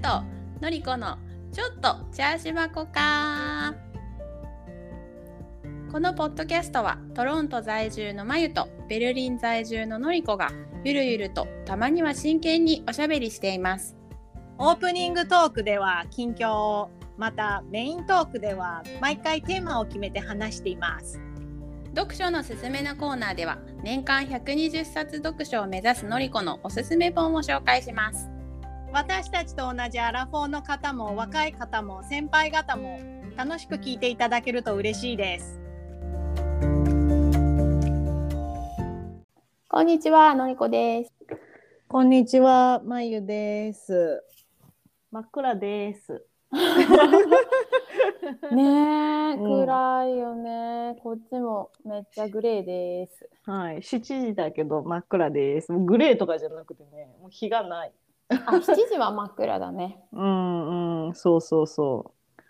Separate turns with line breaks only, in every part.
とのりこのちょっとチャーシュバコかこのポッドキャストはトロント在住のまゆとベルリン在住ののりこがゆるゆるとたまには真剣におしゃべりしています
オープニングトークでは近況をまたメイントークでは毎回テーマを決めて話しています
読書のすすめのコーナーでは年間120冊読書を目指すのりこのおすすめ本を紹介します
私たちと同じアラフォーの方も若い方も先輩方も楽しく聞いていただけると嬉しいです
こんにちはのりこです
こんにちはまゆです
真っ暗です。
ね え、
うん
暗いよねこっちもめっちゃグレーです
はい、7時だけど真っ暗です。もうグレーとかじゃなくてね、もう日がない。
あ7時は真っ暗だね
うんうん、そうそうそう。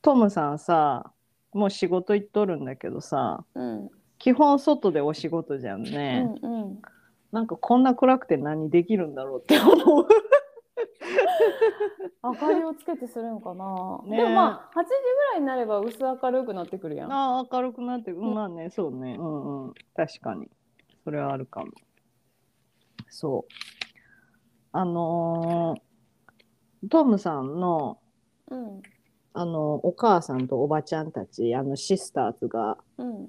トムさんさ、もう仕事行っとるんだけどさ、
うん、う
基本外でお仕事じゃんね。
んうん
なんかこんな暗くて何できるんだろうって思う。、
明かりをつけてするんかな
ねえ
でもまあ8時ぐらいになれば薄明るくなってくるやん
ああ、明るくなってくる。まあね、そうね。うんうん。確かに。それはあるかも。そう。あのートムさんの
うん
あのお母さんとおばちゃんたちあのシスターズが
うん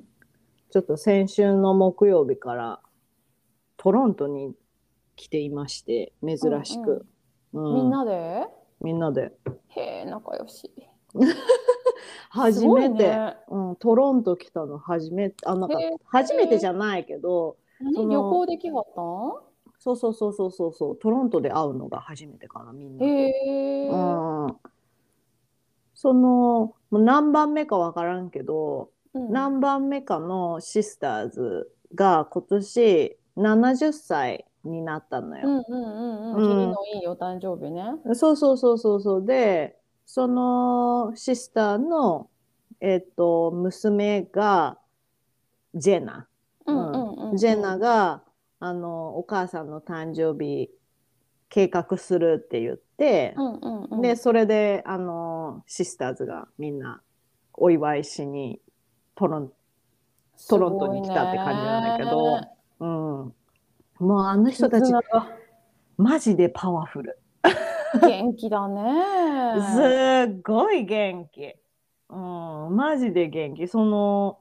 ちょっと先週の木曜日からトロントに来ていまして珍しく、う
みんなで
みんなで
へえ仲良し
初
すごい
め
ね
て、うん、トロント来たの初めてあなんか
へー
初めてじゃないけどそ
何
の
旅行できはった
そうそうそうそうそうそうトロントで会うのが初めてかなみんなんで。
へえ、
うんそのもう何番目か分からんけど
うん
何番目かのシスターズが今年70歳になったの
う
よ。
んうんうん
う
うんん霧のいいお誕生日ね
そうそうそうそうそうでそのシスターの、えっと娘がジェナ、
うんうんうん
ジェナがあのお母さんの誕生日計画するって言って
う、んうんうん
でそれであのシスターズがみんなお祝いしにトロントロントに来たって感じなんだけど、うん、もうあの人
すご
た
いね
ち
絆
マジでパワフル、
が元気だ ね
すっごい元気、うん、マジで元気その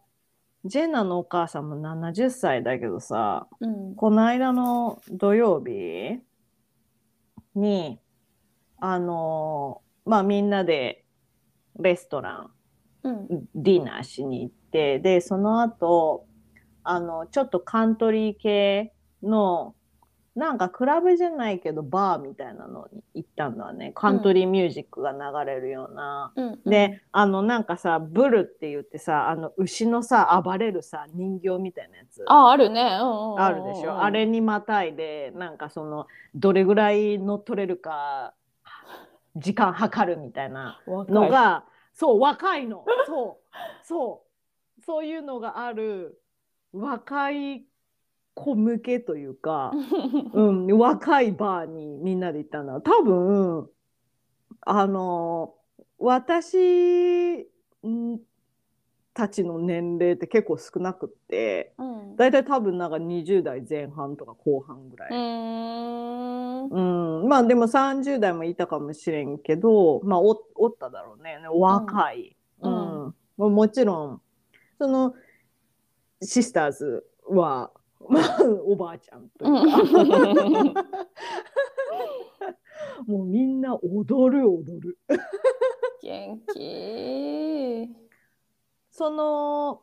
ジェナのお母さんも70歳だけどさ
うん
この間の土曜日にあのまあみんなでレストラン
うん
ディナーしに行ってでその後あのちょっとカントリー系のなんかクラブじゃないけどバーみたいなのに行ったんだねカントリーミュージックが流れるような。
うん
であのなんかさブルって言ってさあの牛のさ暴れるさ人形みたいなやつあ
ああるね、うんうんうんうん
るでしょあれにまたいでなんかそのどれぐらい乗っ取れるか時間計るみたいな。
若い
のが、そう若いのそうそうそういうのがある若い子向けというか、うん、若いバーにみんなで行ったんだ多分あの私んたちの年齢って結構少なくって
うんう
大体多分なんか20代前半とか後半ぐらい。
ー ん
うん、まあでも30代もいたかもしれんけど、まあ、おおっただろうね若い、う
うんん
まあもちろんそのシスターズは、 まあ、おばあちゃんというか、もうみんな踊る踊る
元気。
その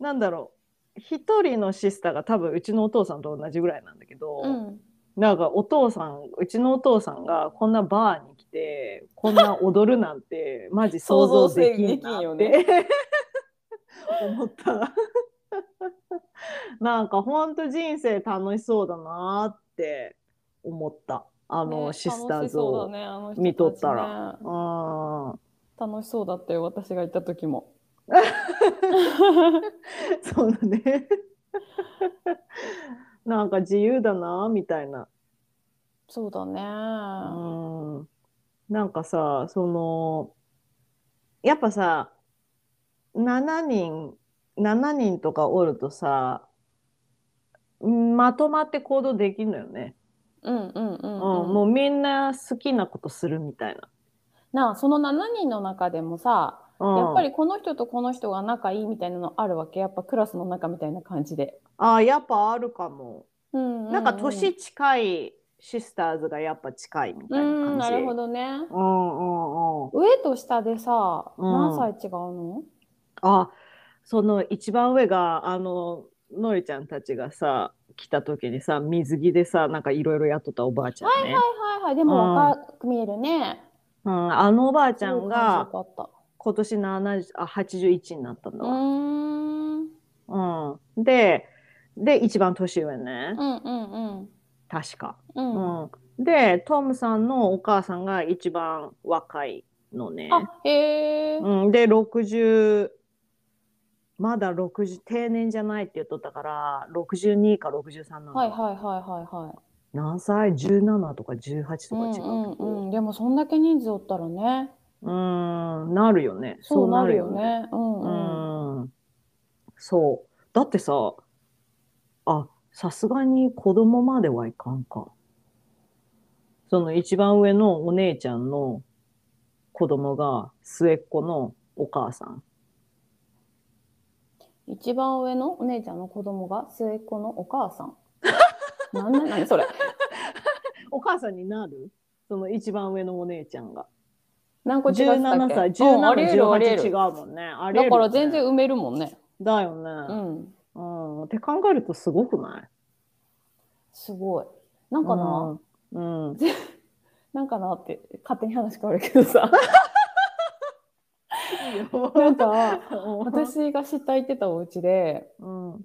なんだろう一人のシスターが多分うちのお父さんと同じぐらいなんだけど、
うん。
なんかお父さんうちのお父さんがこんなバーに来てこんな踊るな んてマジ想像できんなっ
想像
て、
で
思った なんかほんと人生楽しそうだなって思ったあの、シスターズを、
ね、あの人たちね
見とったら。うん
楽しそうだったよ、私が行った時も。
そうだねなんか自由だなみたいな
そうだね。
うんなんかさ、その、やっぱさ、7人、7人とかおるとさ、まとまって行動できんのよね。
うんうんうん、う
うん、
ん
もうみんな好きなことするみたいな。
なあその7人の中でもさ、
うん、
やっぱりこの人とこの人が仲いいみたいなのあるわけやっぱクラスの中みたいな感じで。
ああ、やっぱあるかも。
うん
なんか年近いシスターズがやっぱ近いみた
う
い
ん、うん、な
な感じ。
るほどね。
うんうんうん。
上と下でさ、
うん
何歳違うの
あ、その一番上が、あの、のりちゃんたちがさ、来た時にさ、水着でさ、なんかいろいろやっとったおばあちゃんね。
はいはいはいでも若く見えるね。
うん、あのおばあちゃん
す
が
ごい感じよかった
今年70あ81になったんだ
うー
わ。
んうん
うん、で、で、一番年上ね。
うんうん
確か。
うん
うん。で、トムさんのお母さんが一番若いのね。
あへえ、
うん、で60まだ60定年じゃないって言っとったから62か63なの、
はいはいはいはいはい。
何歳17とか18と
う
か
ん
違うけど
うんうん、でもそんだけ人数おったらね
うーんなるよね
そうなるよね。うん
う
うん
んそうだってさあさすがに子供まではいかんかその一番上のお姉ちゃんの子供が末っ子のお母さん
一番上のお姉ちゃんの子供が末っ子のお母 さん。なんなんなんそれ。
お母さんになるその一番上のお姉ちゃんが。
何個違ってたっけ
17歳、
うんありえ
17、
るありえ
18
る
違うもんね。あ
だ
りえる
か
よね
ら全然。埋めるもんね。
だよ
う
ね。
ん。
うん。って考えるとすごくない
すごい。なんかな、
うん。うん
なんかなって勝手に話変わるけど さ。なんか、私が知った行ってたお家で、
うん。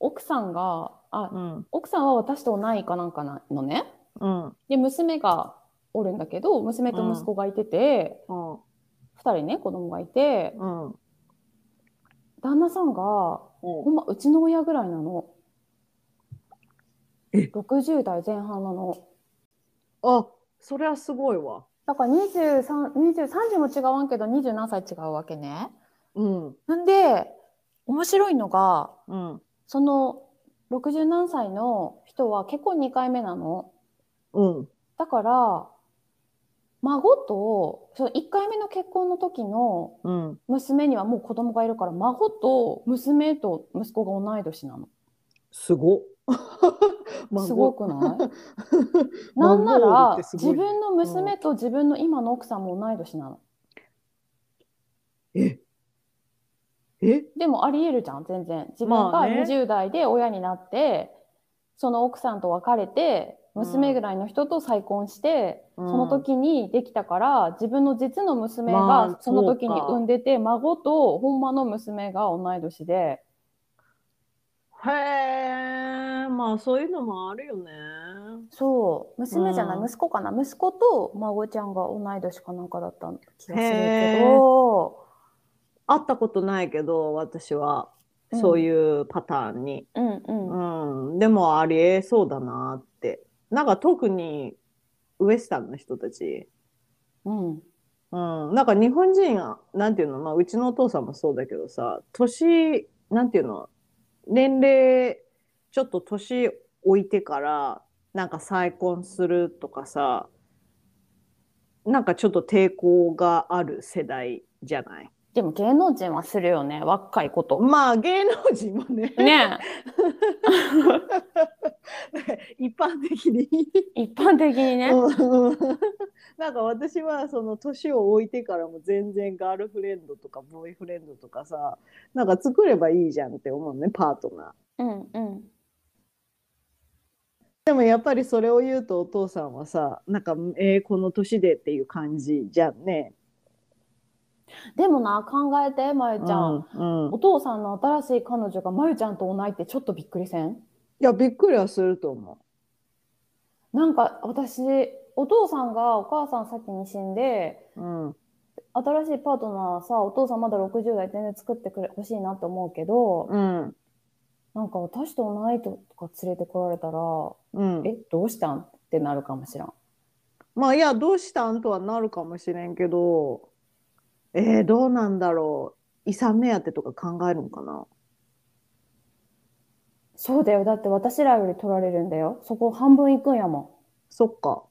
奥さんが、あ、
うん。
奥さんは私と同いかなんかなのね。
うん。
で、娘がおるんだけど、娘と息子がいてて、
うん。
二人ね、子供がいて、
うん。
旦那さんが、
うん
ほんま、うちの親ぐらいなの。
え
?60 代前半なの。
あ、それはすごいわ。
だから23、20、30も違わんけど、20何歳違うわけね。
うん。
なんで、面白いのが、
うん。
その、60何歳の人は結婚2回目なの。
うん。
だから、孫と、その1回目の結婚の時の
うん。
娘にはもう子供がいるから、孫と娘と息子が同い年なの。
すご。
すごくないな
孫
んな
お
ら
るってすごい
自分の娘と自分の今の奥さんも同い年なの。
ええ
でもありえるじゃん全然。自分
ま
が
あね
20代で親になってその奥さんと別れて
うん
娘ぐらいの人と再婚して、
うん
その時にできたから自分の実の娘
ま
が
あ
その時
そう
に
か
産んでて、孫とほんまの娘が同い年で
へえ、まあそういうのもあるよね。
そう娘じゃない、
うん
息子かな息子と孫ちゃんが同い年かなんかだった気がするけ
へ
ど。
会ったことないけど私は
うん
そういうパターンに、
うんうん
うんでもありえそうだなってなんか特にウエスタンの人たち、
うん
うん、なんか日本人がなんていうの、まあ、うちのお父さんもそうだけどさ年なんていうの年齢ちょっと年置いてからなんか再婚するとかさなんかちょっと抵抗がある世代じゃない
でも芸能人はするよね若いこと。
まあ芸能人もね
ね
一般的に、
え一般的にね。
なん か私はその年を置いてからも全然ガールフレンドとかボーイフレンドとかさなんか作ればいいじゃんって思うねパートナ
う
ー
んうん。
でもやっぱりそれを言うとお父さんはさなんかえーこの年でっていう感じじゃんね
でもな考えてまゆちゃん、
うんうん、い
お父さんの新しい彼女がまゆちゃんと同いってちょっとびっくりせん
やびっくりはすると思
なんか私お父さんがお母さん先に死んで
う、うん、
新しいパートナーさお父さんまだ60代全然作ってくれほしいなって思うけど、
うん
なんか私と同いとか連れてこられたら
うん
えどうしたんってなるかもしらん。
まあいやどうしたんとはなるかもしれんけどえー、どうなんだろう遺産目当てとか考えるんかな
そうだよ。だって私らより取られるんだよ。そこ半分行くんやもん。
そっか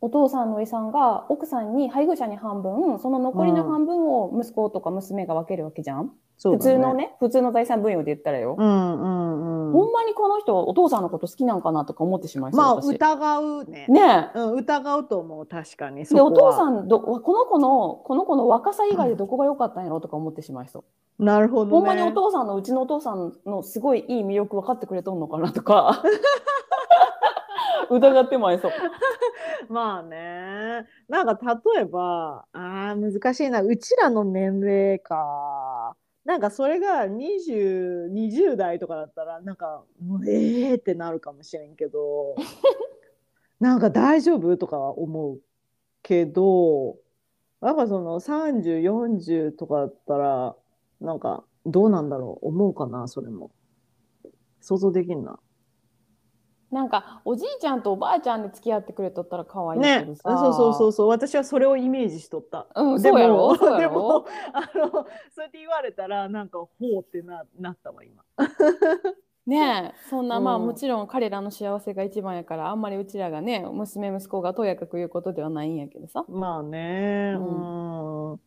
お父さんの遺産が奥さんに配偶者に半分、その残りの半分を息子とか娘が分けるわけじゃん。
そう
普
だね
通のね、普通の財産分与で言ったらよ。
うんうんうん
ほんまにこの人はお父さんのこと好きなんかなとか思ってしまいそう
まあ
私
疑うね
ね
うん、疑うと思う確かに
え
そ
で
こは
お父さんどこの子のこの子の若さ以外でどこが良かったんやろとか思ってしまいそう、
なるほど、ね、
ほんまにお父さんのうちのお父さんのすごいいい魅力分かってくれとんのかなと か疑ってまいそう
まあね。なんか例えば、ああ、難しいな。うちらの年齢か。なんかそれが20、20代とかだったら、なんか、もうええーってなるかもしれんけ ど、なんか大丈夫とかは思うけど、やっぱその30、40とかだったら、なんかどうなんだろう思うかな、それも。想像できんな。
なんかおじいちゃんとおばあちゃんで付き合ってくれとったら可愛いけ
ね
ど、さ、
そうそうそうそう。私はそれをイメージしとった。
う、ん、
で
そうやろ
も、
そうや
で
ろ
も、あの、そうやって言われたら、なんか、ほうってな、なったわ、今。
ねえそんなまあ、
うん
もちろん彼らの幸せが一番やからあんまりうちらがね娘息子がとやかく言うことではないんやけどさ
まあね、
う
うん。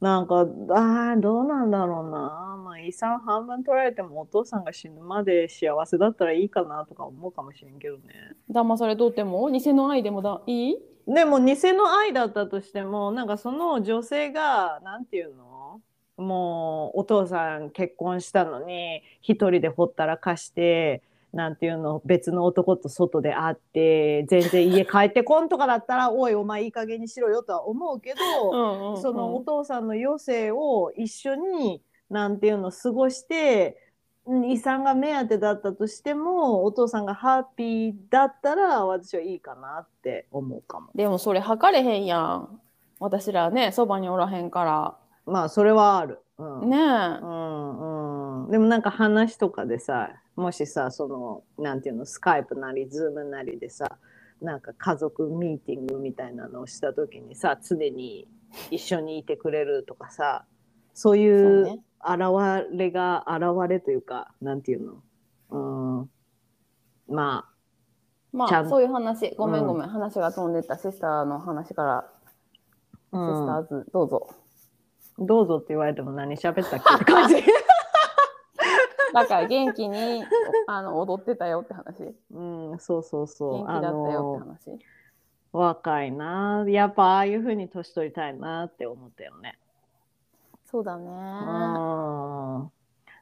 なんか、ああ、どうなんだろうな。まあ、遺産半分取られても、お父さんが死ぬまで幸せだったらいいかなとか思うかもしれんけどね。
騙されとっても偽の愛でもだいい
でも、偽の愛だったとしても、なんか、その女性が、なんていうのもう、お父さん結婚したのに、一人でほったらかして、なんていうの別の男と外で会って全然家帰ってこんとかだったらおいお前いい加減にしろよとは思うけど、そのお父さんの余生を一緒になんていうの過ごしてうん遺産が目当てだったとしてもお父さんがハッピーだったら私はいいかなって思うかも。
でもそれ測れへんやん私らねそばにおらへんか
まあそれはある。うん
らねえ
うんうん、でもなんか話とかでさもしさそのなんていうのスカイプなりズームなりでさなんか家族ミーティングみたいなのをした時にさ常に一緒にいてくれるとかさそうい
そう
う
ね
現れが現れというかなんていうの、うん、まあ
ま
ちゃん
あそういう話ごめ
うんん
ごめん、話が飛んでったシスターの話から、シスタ
う
ーズどうぞ
ん、どうぞって言われても何喋ったっけって 感じ。
だから元気にあの踊ってたよって話
うん、そうそうそ
元
う。
気だったよって話、
若いなやっぱああいう風に年取りたいなって思ったよね。
そうだね
うん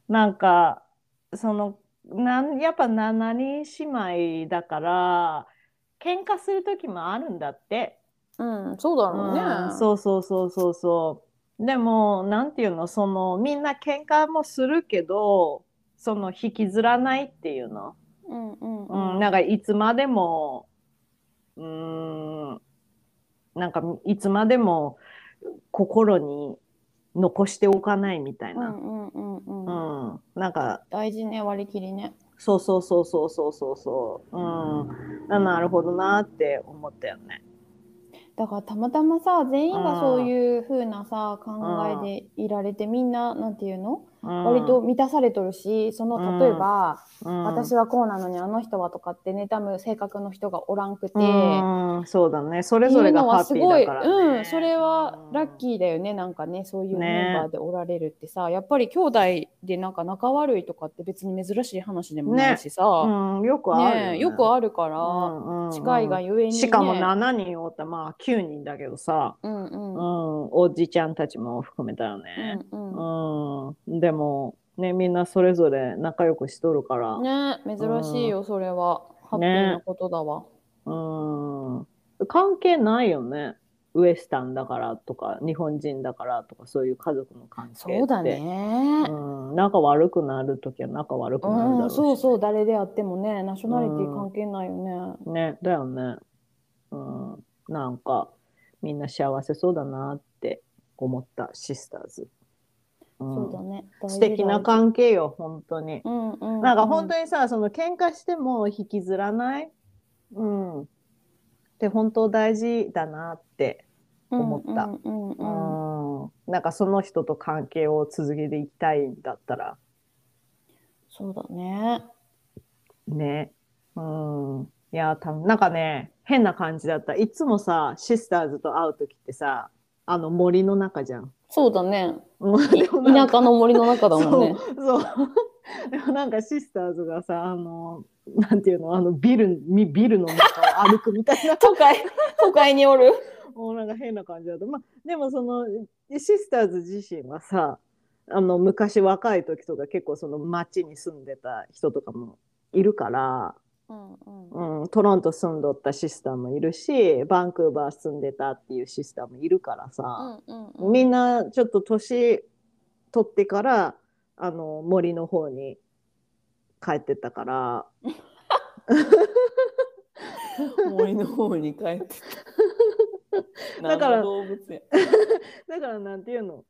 なんかそのなんやっぱ7人姉妹だから喧嘩する時もあるんだって。
うんそうだろうね、
うんそうそうそうそうそう。でもなんていうのそのみんな喧嘩もするけどその引きずらないっていうの。
うんうんう
うんん、なんかいつまでも、うーん、なんかいつまでも心に残しておかないみたいうな。
んうんうん
う
うん
ん、なんか、
大事ね割り切りね
そうそうそうそうそうそうそう。うん、ななるほどなって思ったよね。
だからたまたまさ全員がそういう風なさ考えでいられてみんななんていうの
うん、
割と満たされとるしそ
うん
の例えば
うん、
私はこうなのにあの人はとかって妬む性格の人がおらんくて
うん、そうだね。それ
って
ぞ
い
れ
う
が
の
ハ
は
ッ
す
ピ
ご
ー
い
だから、ね。
うんそれはラッキーだよねなんかねそういうメンバーでおられるってさやっぱり兄弟でなんか仲悪いとかって別に珍しい話でもないしさ
うん、よくあるよ、
ねえ
ね。
よく
あ
あるから近いがゆえにね
しかも7人おった、まあ9人だけどさ、
うんうん
う
うん
ん、おじちゃんたちも含めたよね。
うん
うん、でも、ね、みんなそれぞれ仲良くしとるから、
ね珍しいよ、それはハッピーなことだわ、
うん、関係ないよね。ウエスタンだからとか、日本人だからとか、そういう家族の関係って。
そうだね
うん、仲悪くなるときは仲悪く
う
なるだ
ん、
ろうし。
そうそう誰であってもねナショナリティ関係ないよね、
ね、だよね。うん、なんか、みんな幸せそうだなって思った、シスターズ。うん
そうだね
素敵な
じ、
関係よ、本当に。
うんうんうん、
なんか本当にさ、その喧嘩しても引きずらない、うん、って本当大事だなって、思った
うんうん
う
うんうん
んなんかその人と関係を続けていきたいんだったら
そうだね。
ね。うん。いや、たぶん、なんかね、変な感じだった。いつもさ、シスターズと会うときってさ、あの森の中じゃん。
そうだね。
うん
い
でもなん
田
か
舎の森の中だもんね。、
そう。そう。でもなんかシスターズがさ、あの、なんていうの、あのビル、みビルの中を歩くみたいな
都会、都会におる。
もうなんか変な感じだった。まあ、でもその、シスターズ自身はさ、あの、昔若い時とか結構その街に住んでた人とかもいるから、
うんうん
うん、トロント住んどったシスターもいるしバンクーバー住んでたっていうシスターもいるからさ、
うん
み
うん
なちょっと年取ってからあの森の方に帰ってったから
ん森の方に帰ってた。
だから
何の動物園。
だからなんていうの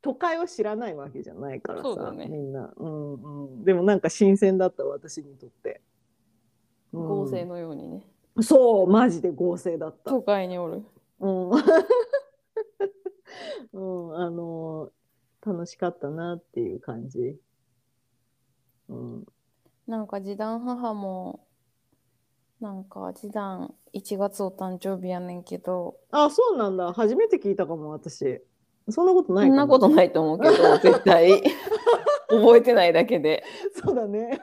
都会を知らないわけじゃないから
そうだ
さ、
ね
みんな、うんうん、でもなんか新鮮だった私にとって、うん
合成のようにね。
そうマジで合成だった
都会におる。
うん、うん、 あの楽しかったなっていう感じ。うん、
なんか次男母もなんか次男1月お誕生日やねんけど
あ、そうなんだ。初めて聞いたかも、私。そんなことな
そ
いか
んなことないと思うけど絶 対覚えてないだけで。
そうだね。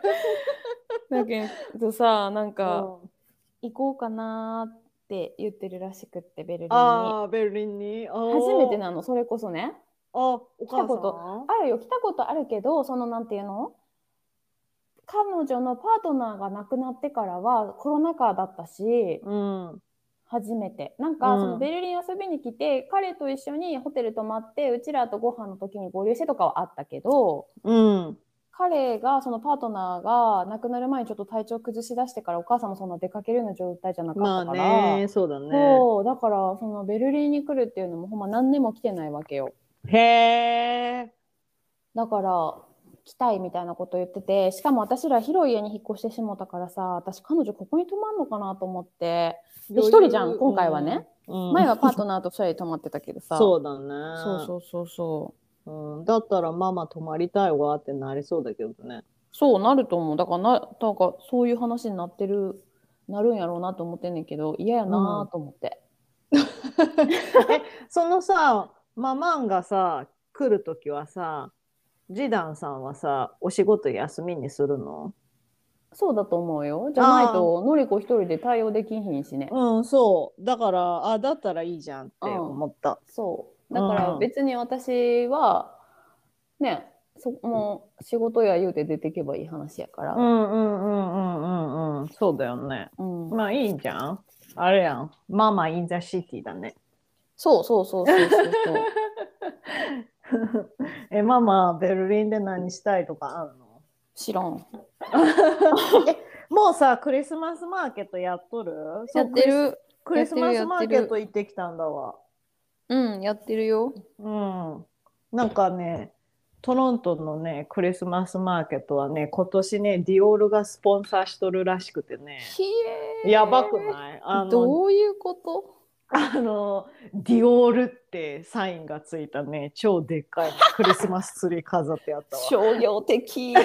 だけどさなんか
うん
行こうかなーって言ってるらしくってベルリンに。
あー、ベルリンに。
初
初
めて。なのそれこそね。
あ、お母さん。
来たこあるよ来たことあるけどそのなんていうの彼女のパートナーが亡くなってからはコロナ禍だったし、
うん。
初めてなんか、
うん
そのベルリン遊びに来て彼と一緒にホテル泊まってうちらとご飯の時に合流してとかはあったけど
うん。
彼がそのパートナーが亡くなる前にちょっと体調崩しだしてからお母さんもそんな出かけるような状態じゃな
ま
か
あ
ったから、
ね、そうだね。
そうだからそのベルリンに来るっていうのもほんま何年も来てないわけよ
へえ。
だから来たいみたいなこと言っててしかも私ら広い家に引っ越してしもたからさ私彼女ここに泊まんのかなと思ってで一人じゃん今回はね、
うん。うん
前はパートナーと2人で泊まってたけどさ
そうだね。
そうそうそうそう。
うん、だったらママ泊まりたいわってなりそうだけどね。
そうなると思う。だからな、なんかそういう話になってる、なるんやろうなと思ってんねんけど、嫌やなと思って。
そのさ、ママンがさ、来るときはさ、ジダンさんはさ、お仕事休みにするの
そうだと思うよ。じゃないと、のりこ一人で対応できひんしね。
うん、そう。だから、あ、だったらいいじゃんって
思
った。
そう。だから
うん
別に私は、ね、そもう仕事や言うて出てけばいい話やから。
う
うん
うんうんうんうんうん。そうだよね。
ん。
まあいいじゃん。あれやん。ママインザシティだね。
そうそうそうそうそうそう。
え、ママ、ベルリンで何したいとかあんの
知ら ん。
もうさ、クリスマスマーケットやっとる
やってる。
クリスマスマーケ
やってるやって
ッ
る
ト行ってきたんだわ。
うん、やってるよ。
うん。なんかね、トロントのね、クリスマスマーケットはね、今年ね、ディオールがスポンサーしとるらしくてね、
ひえー
やばくないあの、
どういうこと
あの、ディオールってサインがついたね、超でっかいねクリスマスツリー飾ってあったわ。
商業 的。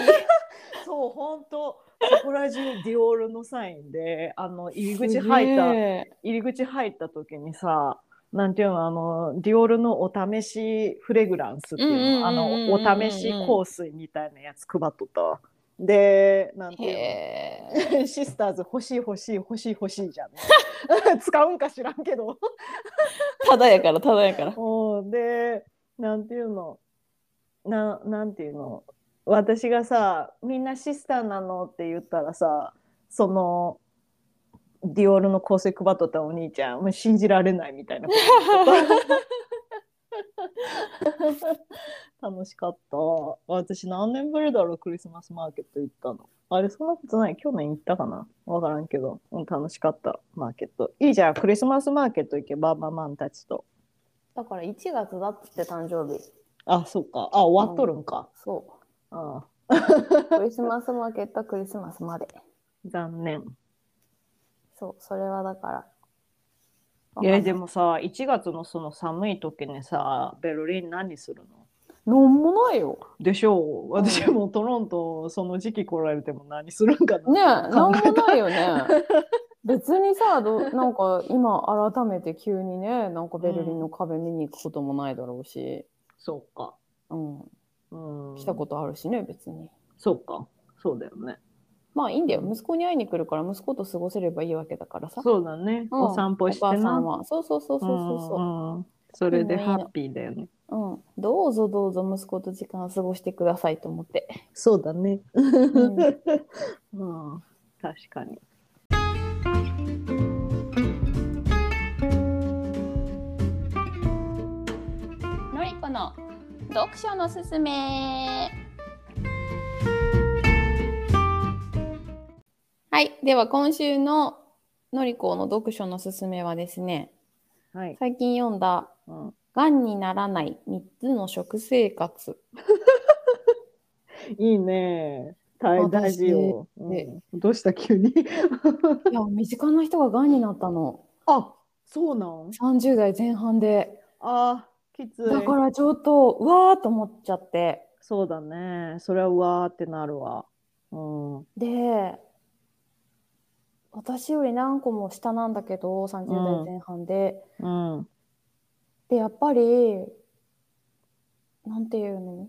そう、ほんと、そこら中ディオールのサインで、あの、入り口入った、入り口入った時にさなんていうのあのディオールのお試しフレグランスっていうのあ
うんうんうん
の
うん
お
うんうん
試し香水みたいなやつ配っとったわでなんていう
へえ。
の シスターズ欲しい欲しい欲しい欲しいじゃん 使うんか知らんけど
ただやから、ただや から。
うんでなんていうのななんていうの私がさみんなシスターなのって言ったらさそのディオールの香水配っとったお兄ちゃんもう信じられないみたいなこと言ってた楽しかった私何年ぶりだろうクリスマスマーケット行ったのあれそんなことない去年行ったかなわからんけど、うん、楽しかったマーケットいいじゃんクリスマスマーケット行けばママンたちと
だから1月だっつって誕生日。
あ、そうか。あ、終わっとるんか。
そ
ああ
う。クリスマスマーケット、クリスマスまで。
残念。
そう、それはだから、わ
い
かんな
や
い
でもさ1月のその寒い時にさベルリン何するの
なんもないよ。
でしょう私もトロントその時期来られても何するんかな
ねえ、なんも
考えた
ないよ ね。別にさ、どなんか今改めて急にね、なんかベルリンの壁見に行くこともないだろうし、
そうか
うん、
うん
来たことあるしね、別に。
そうかそうだよね
まあいいんだよ。息子に会いに来るから、息子と過ごせればいいわけだからさ。
そうだね、
うん
お散歩して
お
な
母さんは。そうそうそうそう
う
そ
んうんそれでハッピーだよね
うそう。うん。どうぞどうぞ息子と時間を過ごしてくださいと思 って。
そうだ ね
ん
うん確かに
のりこの読書のすすめはいでは今週ののりこの読書のすすめはですね
はい、
最近読んだ
うん、
「がんにならない3つの食生活
いいね大大事よ、
私
うんどうした急に」
いや身近な人ががんになったの
あそうなん
30代前半で
あきつい
だからちょっとうわーっと思っちゃって
そうだねそれはうわーってなるわうん
で私より何個も下なんだけど30代前半で。
うん
でやっぱりなんていうの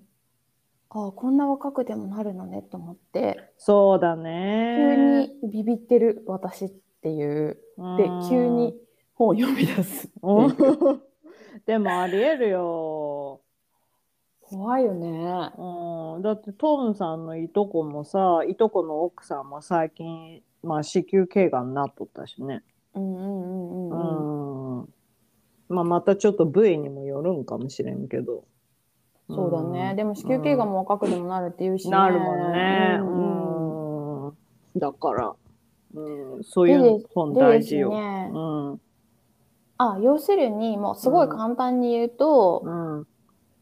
ああこんな若くでもなるのねと思って
そうだ
急
ね
にビビってる私っていうで
うん
急に本を読み出す
うん でもありえるよ
怖いよね
うん、だってトムさんのいとこもさいとこの奥さんも最近、まあ、子宮頸がんなっとったしね、
うんうんうん
う
うんうん
んまあ、またちょっと部位にもよるんかもしれんけど
そうだね、
ん
でも子宮頸がんも若くでもなるっていうし、ね、
なるもんね、
うんうん
うんだから、うん、そういう本
で
大
です
事よ、
ね
うんう
あ要するにもうすごい簡単に言うと、
ん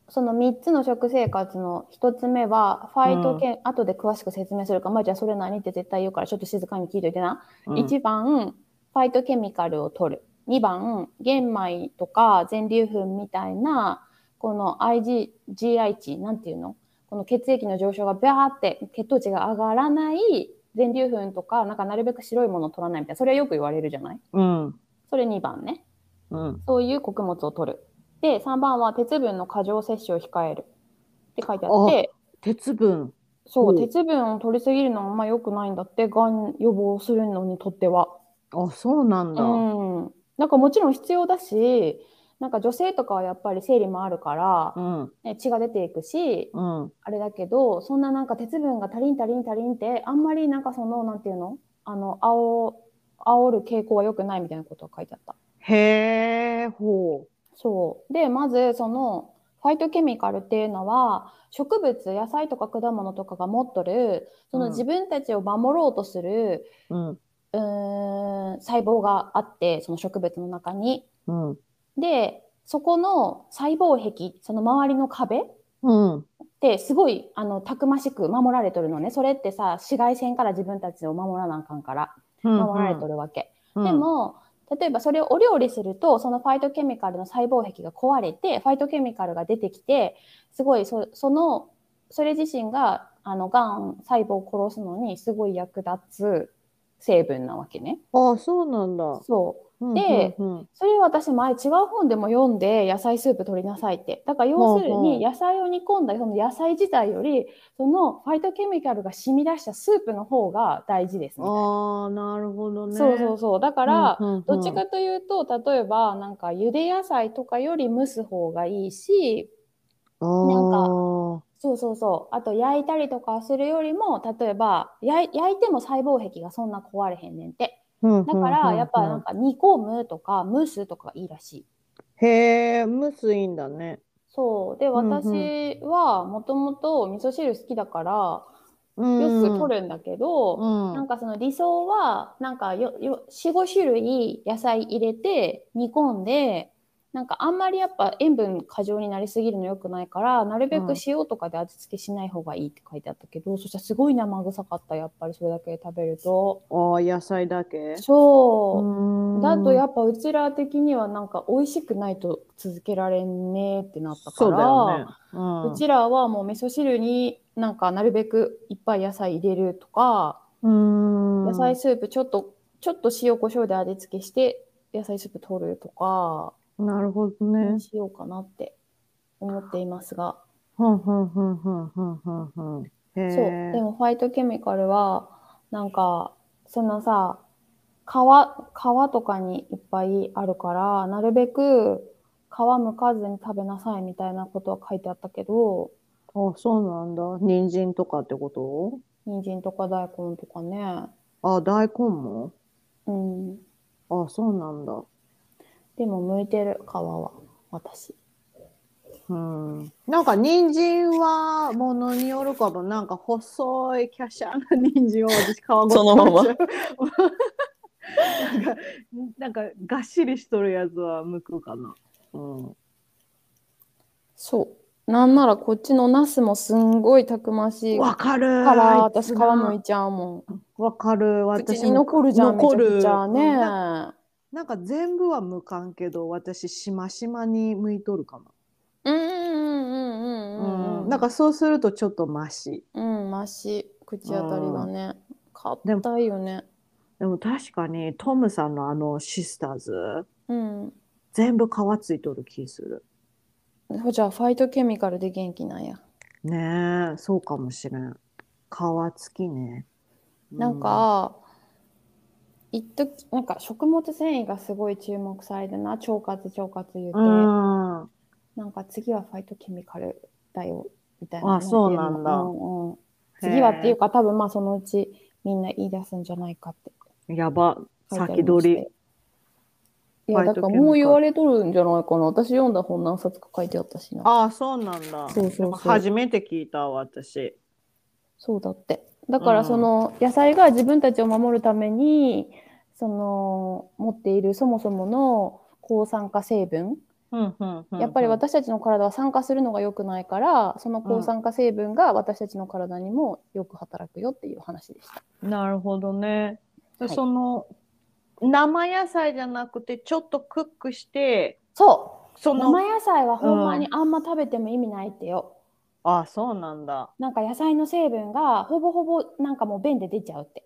その3つの食生活の1つ目は、ファイト犬、後で詳しく説明するから、まあじゃあそれ何って絶対言うから、ちょっと静かに聞いといてな。
うん
1番、ファイトケミカルを取る。2番、玄米とか全粒粉みたいな、この IG、GI 値、なんていうのこの血液の上昇がビャーって血糖値が上がらない全粒粉とか、なんかなるべく白いものを取らないみたいな、それはよく言われるじゃない
うん
それ2番ね。
うん
そういう穀物を摂る。で、3番は鉄分の過剰摂取を控える。って書いてあって、
鉄分
そう、
うん
鉄分を取りすぎるのはあんま良くないんだって、がん予防するのにとっては。
あそうなんだ、
うん。なんかもちろん必要だし、なんか女性とかはやっぱり生理もあるから、
うん
ね血が出ていくし、
うん
あれだけど、そんななんか鉄分が足りん足りん足りんって、あんまりなんかその、なんていうのあの、煽、煽る傾向は良くないみたいなことが書いてあった。
へえほう
そう。で、まず、その、ファイトケミカルっていうのは、植物、野菜とか果物とかが持っとる、その
うん
自分たちを守ろうとする、
うん
うーん、細胞があって、その植物の中に。
うん
で、そこの細胞壁、その周りの壁っ
うん
て、すごい、あの、たくましく守られとるのね。それってさ、紫外線から自分たちを守らなあかんから、守られとるわけ。でも、例えばそれをお料理すると、そのファイトケミカルの細胞壁が壊れて、ファイトケミカルが出てきて、すごいそ、その、それ自身が、あの、がん細胞を殺すのにすごい役立つ成分なわけね。
うん、あそうなんだ。
そう。
うん
で
うんうん
それを私前違う本でも読んで、野菜スープ取りなさいって。だから要する
ほうほう
に、野菜を煮込んだその野菜自体より、そのファイトケミカルが染み出したスープの方が大事ですみたいな。
ああなるほどね。
そうそうそう。だから、
うんうんうん
どっちかというと、例えば、なんか、茹で野菜とかより蒸す方がいいし、
あ
なんそうそうそう。あと、焼いたりとかするよりも、例えば、やい焼いても細胞壁がそんな壊れへんねんて。
ー
だから、やっぱ、なんか、煮込むとか、蒸すとかがいいらしい。
へえムスいいんだね。
そう。で、
んうん
私は、もともと味噌汁好きだから、
うん
よく取るんだけど、
うん
なんかその理想は、なんかよ、よ、4、5種類野菜入れて、煮込んで、なんかあんまりやっぱ塩分過剰になりすぎるの良くないからなるべ
う
く
ん
塩とかで味付けしない方がいいって書いてあったけど、そしたらすごい生臭かったやっぱりそれだけ食べると
ああ、野菜だけ。
そう、
う
だと
っ
やっぱうちら的にはなんか美味しくないと続けられんねってなったか
そう
ら
だよね。うん
うちらはもう味噌汁になんかなるべくいっぱい野菜入れるとか、
うん
野菜スープちょっとちょっと塩コショウで味付けして野菜スープ取るとか
なるほどね。
しようかなって思っていますが、
ふんふんふんふんふんふんふん。へ
そう
え。
でもファイトケミカルはなんかそのさ皮皮とかにいっぱいあるからなるべく皮むかずに食べなさいみたいなことは書いてあったけど
あ、そうなんだ。人参とかってこ
人参とか大根とかね
とあ、大根も
うん
あ、そうなんだ。
でも剥いてる皮は私
うん。なんか人参はものによるかも。なんか細いキャシャンな人参を私皮ごと
そのまま
食べちゃうなんか、なんかがっしりしとるやつは向くかな。うん。
そうなんならこっちのナスもすんごいたくましい
わ
か
かる。
ら
あい
私
つ
皮
な
むいちゃうもん
わかる。
口
私
に
も
残るじゃん
残
め
る
ちゃくち
うん
ゃね
なんか全部は無関けど私しましまに向いとるかも、
うんうんうんうんうんうん
なんかそうするとちょっとマシ
うんマシ口当たりがね
でも
硬いよね
でも確かにトムさんのあのシスターズ
うん
全部皮ついとる気する
じゃあファイトケミカルで元気なんや
ねえそうかもしれん皮つきね
なん、か、一時なんか食物繊維がすごい注目されてな、腸活、腸活言うて、
うんうん
なんか次はファイトケミカルだよ、みたい
あ
な。
そうな
て
んだ
いうのうんうん次はっていうか、多分まあそのうちみんな言い出すんじゃないかって
やば
書いてありま
先
して
取り。
いや、
ファ
だ
イ
か
トケミカ
ら
ル
もう言われとるんじゃないかな。私読んだ本何冊か書いてあったしな。
ああそうなんだ
そうそうそう
初めて聞いた私
そうだって。だか
う
ら
ん
その野菜が自分たちを守るために、その持っているそもそもの抗酸化成分、
うんうんうん
やっぱり私たちの体は酸化するのが良くないから、その抗酸化成分が私たちの体にもよく働くよっていう話でした。
なるほどね。で
はい
その生野菜じゃなくてちょっとクックして
そ
そうの
生野菜はほんまにあんま食べても意味ないってよ。
あそうなんだ
なんか野菜の成分がほぼほぼなんかもう便で出ちゃうって。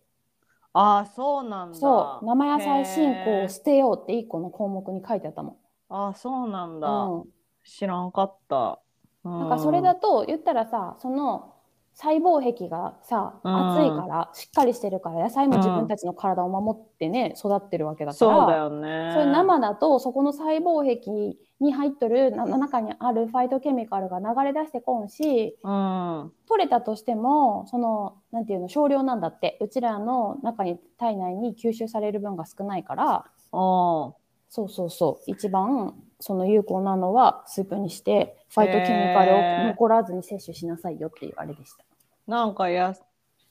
あそうなんだ
そう生野菜進行
へ
を
ー
捨てようって1個の項目に書いてあったもん。
あそうなんだ、
うん
知らんかった、う
なんかそれだと言ったらさその細胞壁がさ
うん
厚いからしっかりしてるから野菜も自分たちの体を守ってね育ってるわけだから
そうだよね
それ生だとそこの細胞壁に入っとるな中にあるファイトケミカルが流れ出してこんし
うん
取れたとしてもそのなんていうの少量なんだってうちらの中に体内に吸収される分が少ないから
お
そうそうそう一番その有効なのはスープにしてファイトケミカルを残らずに摂取しなさいよっていうあれでした。
なんかや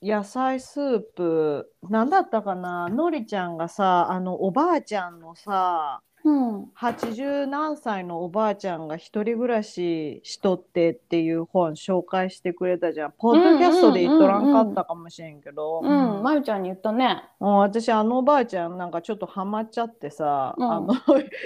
野菜スープなんだったかなのりちゃんがさあのおばあちゃんのさ
うん、
80何歳のおばあちゃんが一人暮らししとってっていう本紹介してくれたじゃん。ポッドキャストで言っとらんかったかもしれんけど、
うん、まゆちゃんに言ったね。
うん私あのおばあちゃんなんかちょっとハマっちゃってさ、
うん
あの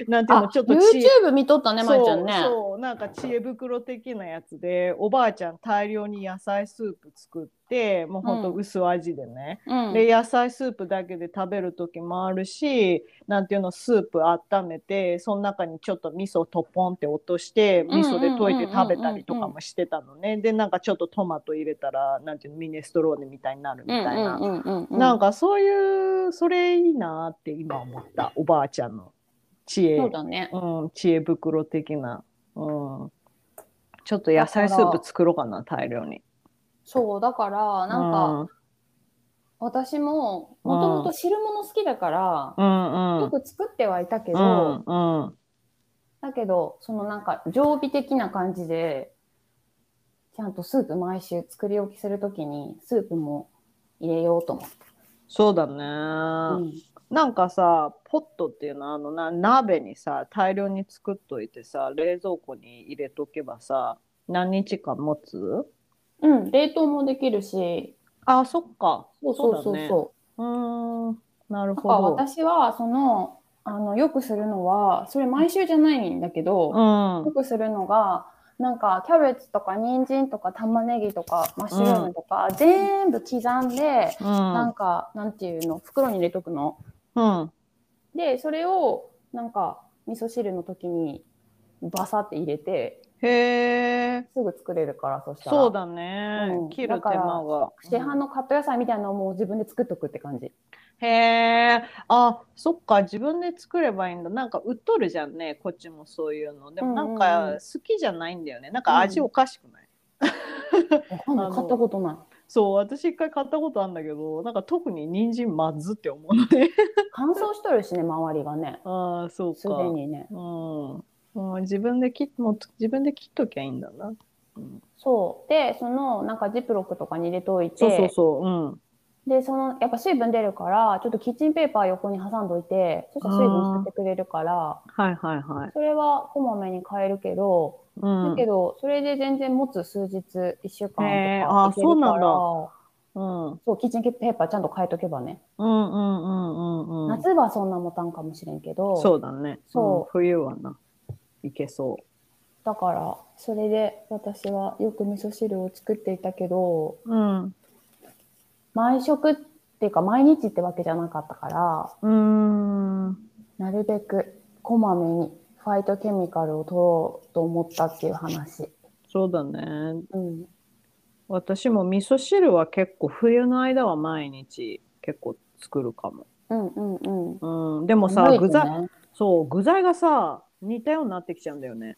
なんていう
あ
の、ちょっと知恵
YouTube 見とったね、まゆちゃんね。
そうそうなんか知恵袋的なやつでおばあちゃん大量に野菜スープ作ってもうほんと薄味でね、
うん、
で野菜スープだけで食べる時もあるしなんていうのスープ温めてその中にちょっと味噌をトポンって落として
うんうん
味噌で溶いて食べたりとかもしてたのねでなんかちょっとトマト入れたらなんていうのミネストローネみたいになるみ
うん
たいな、
うんうんうん、
なん
か、
かそういうそれいいなって今思ったおばあちゃんの知恵
そうだね。
うん、知恵袋的な、うん、ちょっと野菜スープ作ろうかな大量に。
そう、だから、なんか、私も、もともと汁物好きだから、
うんうん
よく作ってはいたけ
う
ど、
んうん
だけど、そのなんか常備的な感じで、ちゃんとスープ毎週作り置きするときにスープも入れようと思って。
そうだ
う
ね。
ん
なんかさポットっていうのはあのな鍋にさ大量に作っといてさ冷蔵庫に入れとけばさ何日か持つ
うん、冷凍もできるし、
あそっか
そうそうそう
だね
そう。
うーんな
なん
る
か
ほど
私はそのあのよくするのはそれ毎週じゃないんだけど、
うん
よくするのがなんかキャベツとか人参とか玉ねぎとかマッシュルームとか、全部刻んで、
う
なん
ん
かなんていうの袋に入れとくの。
うん
でそれをなんか味噌汁の時にバサって入れて
へえ
すぐ作れるからそしたら
そうだね、
うん
切る手間が
市販のカット野菜みたいなのをもう自分で作っとくって感じ。
へえあそっか自分で作ればいいんだなんか売っとるじゃんねこっちもそういうのでもなん
うんうんう
か
ん
好きじゃないんだよねなんか味
うん
おかしくない、
わかんない
あの
買ったことない。
そう私一回買ったことあるんだけどなんか特に人参まずって思うの ね
乾燥しとるしね周りがね
ああそうか
すでにね。
うんもう自分で切っもう自分で切っときゃいいんだな
そう。で、その、なんかジップロックとかに入れといて、
そうそうそううん
で、その、やっぱ水分出るから、ちょっとキッチンペーパー横に挟んどいて、そしたら水分吸ってくれるから、
はいはいはい
それはこまめに変えるけど、
うん
だけど、それで全然持つ数日、1週間とかいけ
へ
る
ー
から、
あそうなんだうんうん
そうキッチンペーパーちゃんと変えとけばね、
うんうんうんうん
夏はそんな持たんかもしれんけど、
そうだね
そうん
冬はないけそう
だから、それで私はよく味噌汁を作っていたけど、
うん。
毎食っていうか毎日ってわけじゃなかったから、
うーん。
なるべくこまめにファイトケミカルを取ろうと思ったっていう話。
そうだね。
うん。
私も味噌汁は結構冬の間は毎日結構作るか
うんうんうん。
も。うん。でもさ、
寒いと
具材、
ね、
そう、具材がさ、似たようになってきちゃうんだよ ね。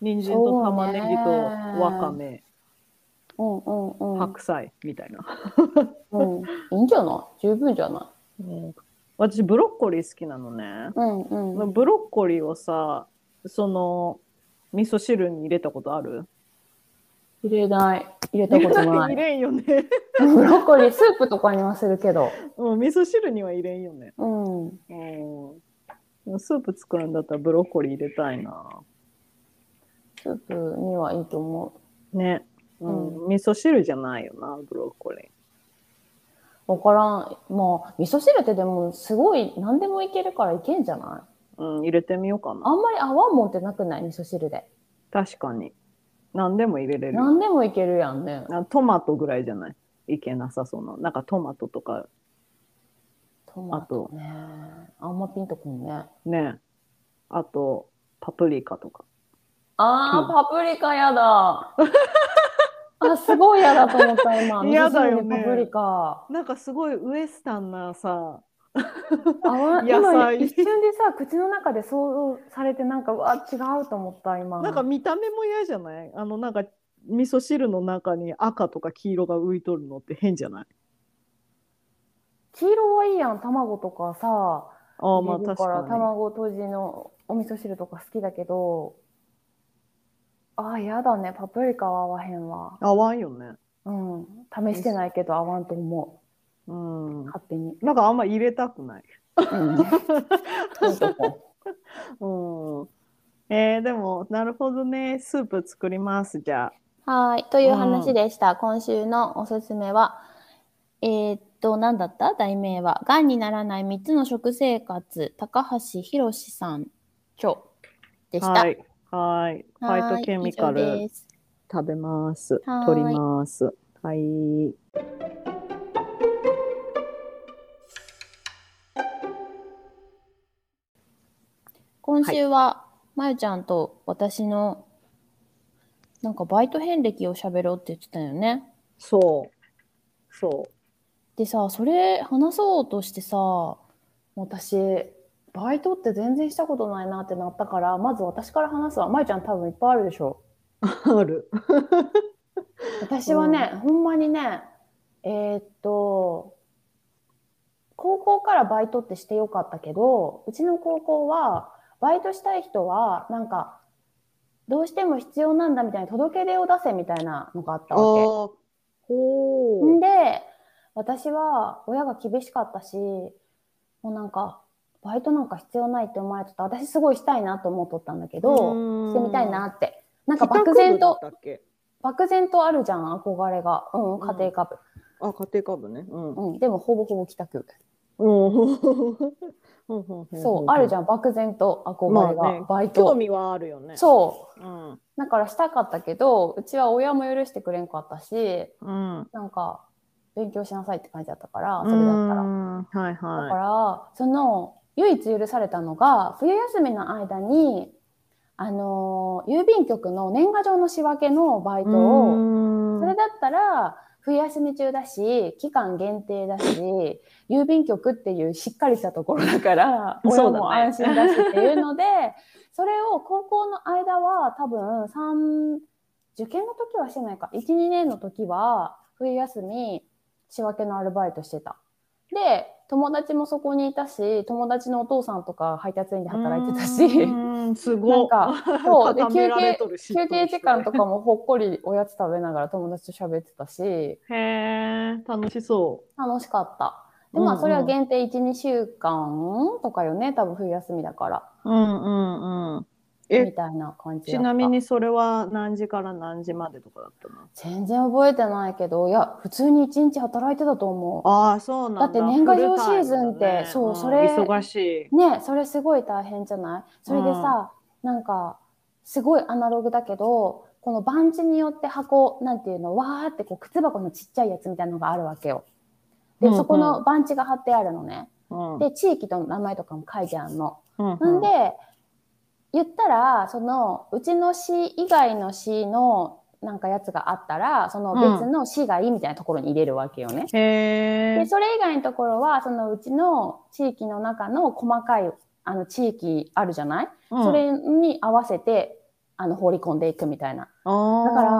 人参と玉ねぎ
そ
と
うね
わかめ、
うんうんうん。
白菜みたいな。
うん。いいんじゃない十分じゃない
うん私、ブロッコリー好きなのね。
うんうん。
ブロッコリーをさ、その、味噌汁に入れたことある
入れない。 入れたことな
入
い。
れんよね。
ブロッコリー、スープとかにはするけど。
うん、味噌汁には入れんよね。
うん。
うん。スープ作るんだったらブロッコリー入れたいな。
スープにはいいと思
ね。うん。味噌汁じゃないよな、ブロッコリ
う。わからん。まあ、味噌汁ってでも、すごい、何でもいけるからいけんじゃない
ー。うん、入れてみようかな。
あんまり泡もんってなくない味噌汁で。
確かに。何でも入れれる。
何でもいけるやんね。
あトマトぐらいじゃないいけなさそうな。なんかトマトとか、
トマトね。あんまピンとこんね。
ね。あと、パプリカとか。
あ
う
ー、パプリカや だ。あ、すごいやだと思った、今。
やだよね
味噌汁にパプリカ。
なんかすごいウエスタンなさ、
あわ
野
今
菜
一瞬でさ、口の中で想像されて、なんか、うわ、違うと思った、今。
なんか見た目も嫌じゃないあの、なんか味噌汁の中に赤とか黄色が浮いとるのって変じゃない
黄色はいいやん、卵とかさ。
ああ、まあ
入れる
確
から
かに。
卵とじのお味噌汁とか好きだけど。あー、やだね。パプリカは合わへんわ。
合わんよね。
うん。試してないけど合わんと思
うん
う。。勝手 に。
なんかあんま入れたくない。
うん。そういうとこ
うん。えー、でも、なるほどね。スープ作ります、じゃあ。
はい。という話でした。今週のおすすめは、えーっと、何だった題名は、がんにならない3つの食生活、高橋宏さん著でした。
はい。はい。フ
はい。
ァイトケミカ
以上
ル
です
食べます。
はい
取ります。はい。
今週は、まゆちゃんと私の、なんかバイト遍歴を喋ろうって言ってたよね。
そう。そ
でさ、それ話そうとしてさ、私、バイトって全然したことないなってなったから、まず私から話すわ。まゆちゃん多分いっぱいあるでしょ。
う。ある。
私はね、ほんまにね、えーっと、高校からバイトってしてよかったけど、うちの高校は、バイトしたい人は、なんか、どうしても必要なんだみたいな届け出を出せみたいなのがあったわけ。
ほ
ん
う。
で、私は親が厳しかったし、もうなんか、バイトなんか必要ないって思われてた。私すごいしたいなと思っとったんだけど、してみたいなって。なんか漠然と、
帰宅部だったっけ
漠然とあるじゃん、憧れが。うん、家庭科部。
あ家庭科部ねうん
うん、でもほぼほぼ帰宅。そう、あるじ
ゃん
ゃん、漠然と憧れ
まあね
が。バイ
興
ト。
味はあるよね、
そう
うん
う。だからしたかったけど、うちは親も許してくれんかったし、
うん、
なんか、勉強しなさいって感じだったから、それだったら。
たらはい
だか
は
ら、その唯一許されたのが冬休みの間に、あのー郵便局の年賀状の仕分けのバイ
い
トをそれだったら冬休み中だし期間限定だし郵便局っていうしっかりしたところだから
そうだね
親も安心だしっていうのでそれを高校の間は多分3受験の時はしてないか12年の時は冬休み仕分けのアルバイトしてた。で友達もそこにいたし友達のお父さんとか配達員で働いてたし。
しす
な
ご
ん
い
か、そう、 で、
固め
休
られ
憩
と、るし
休憩時間とかもほっこりおやつ食べながら友達と喋ってたし、
へえ楽しそ
楽しかった。で、
うんうん
まあ、それは限定1、2週間とかよね、多分冬休みだから、
ううんうんうんえ
みたいな感じだっ
ち
た。
なみにそれは何時から何時までとかだったの
全然覚えてないけど、いや、普通に1日働いてたと思
ああそうなんだ
だって年賀状シーズンって
フルタイムだね
そうんそれ。
忙しいう
ね、それすごい大変じゃないそれでさ、なんか、すごいアナログだけど、この番地によって箱、なんていうの、わーってこう靴箱のちっちゃいやつみたいなのがあるわけよ。で、
うんうん
そこの番地が貼ってあるのね。
うん
で、地域と名前とかも書いてあるの。
うん
なんで、言ったら、その、うちの市以外の市の、なんかやつがあったら、その別の市外みたいなところに入れるわけよね。
へえ
で、それ以外のところは、そのうちの地域の中の細かい、あの、地域あるじゃない、それに合わせて、あの、放り込んでいくみたいな。だ
だ
から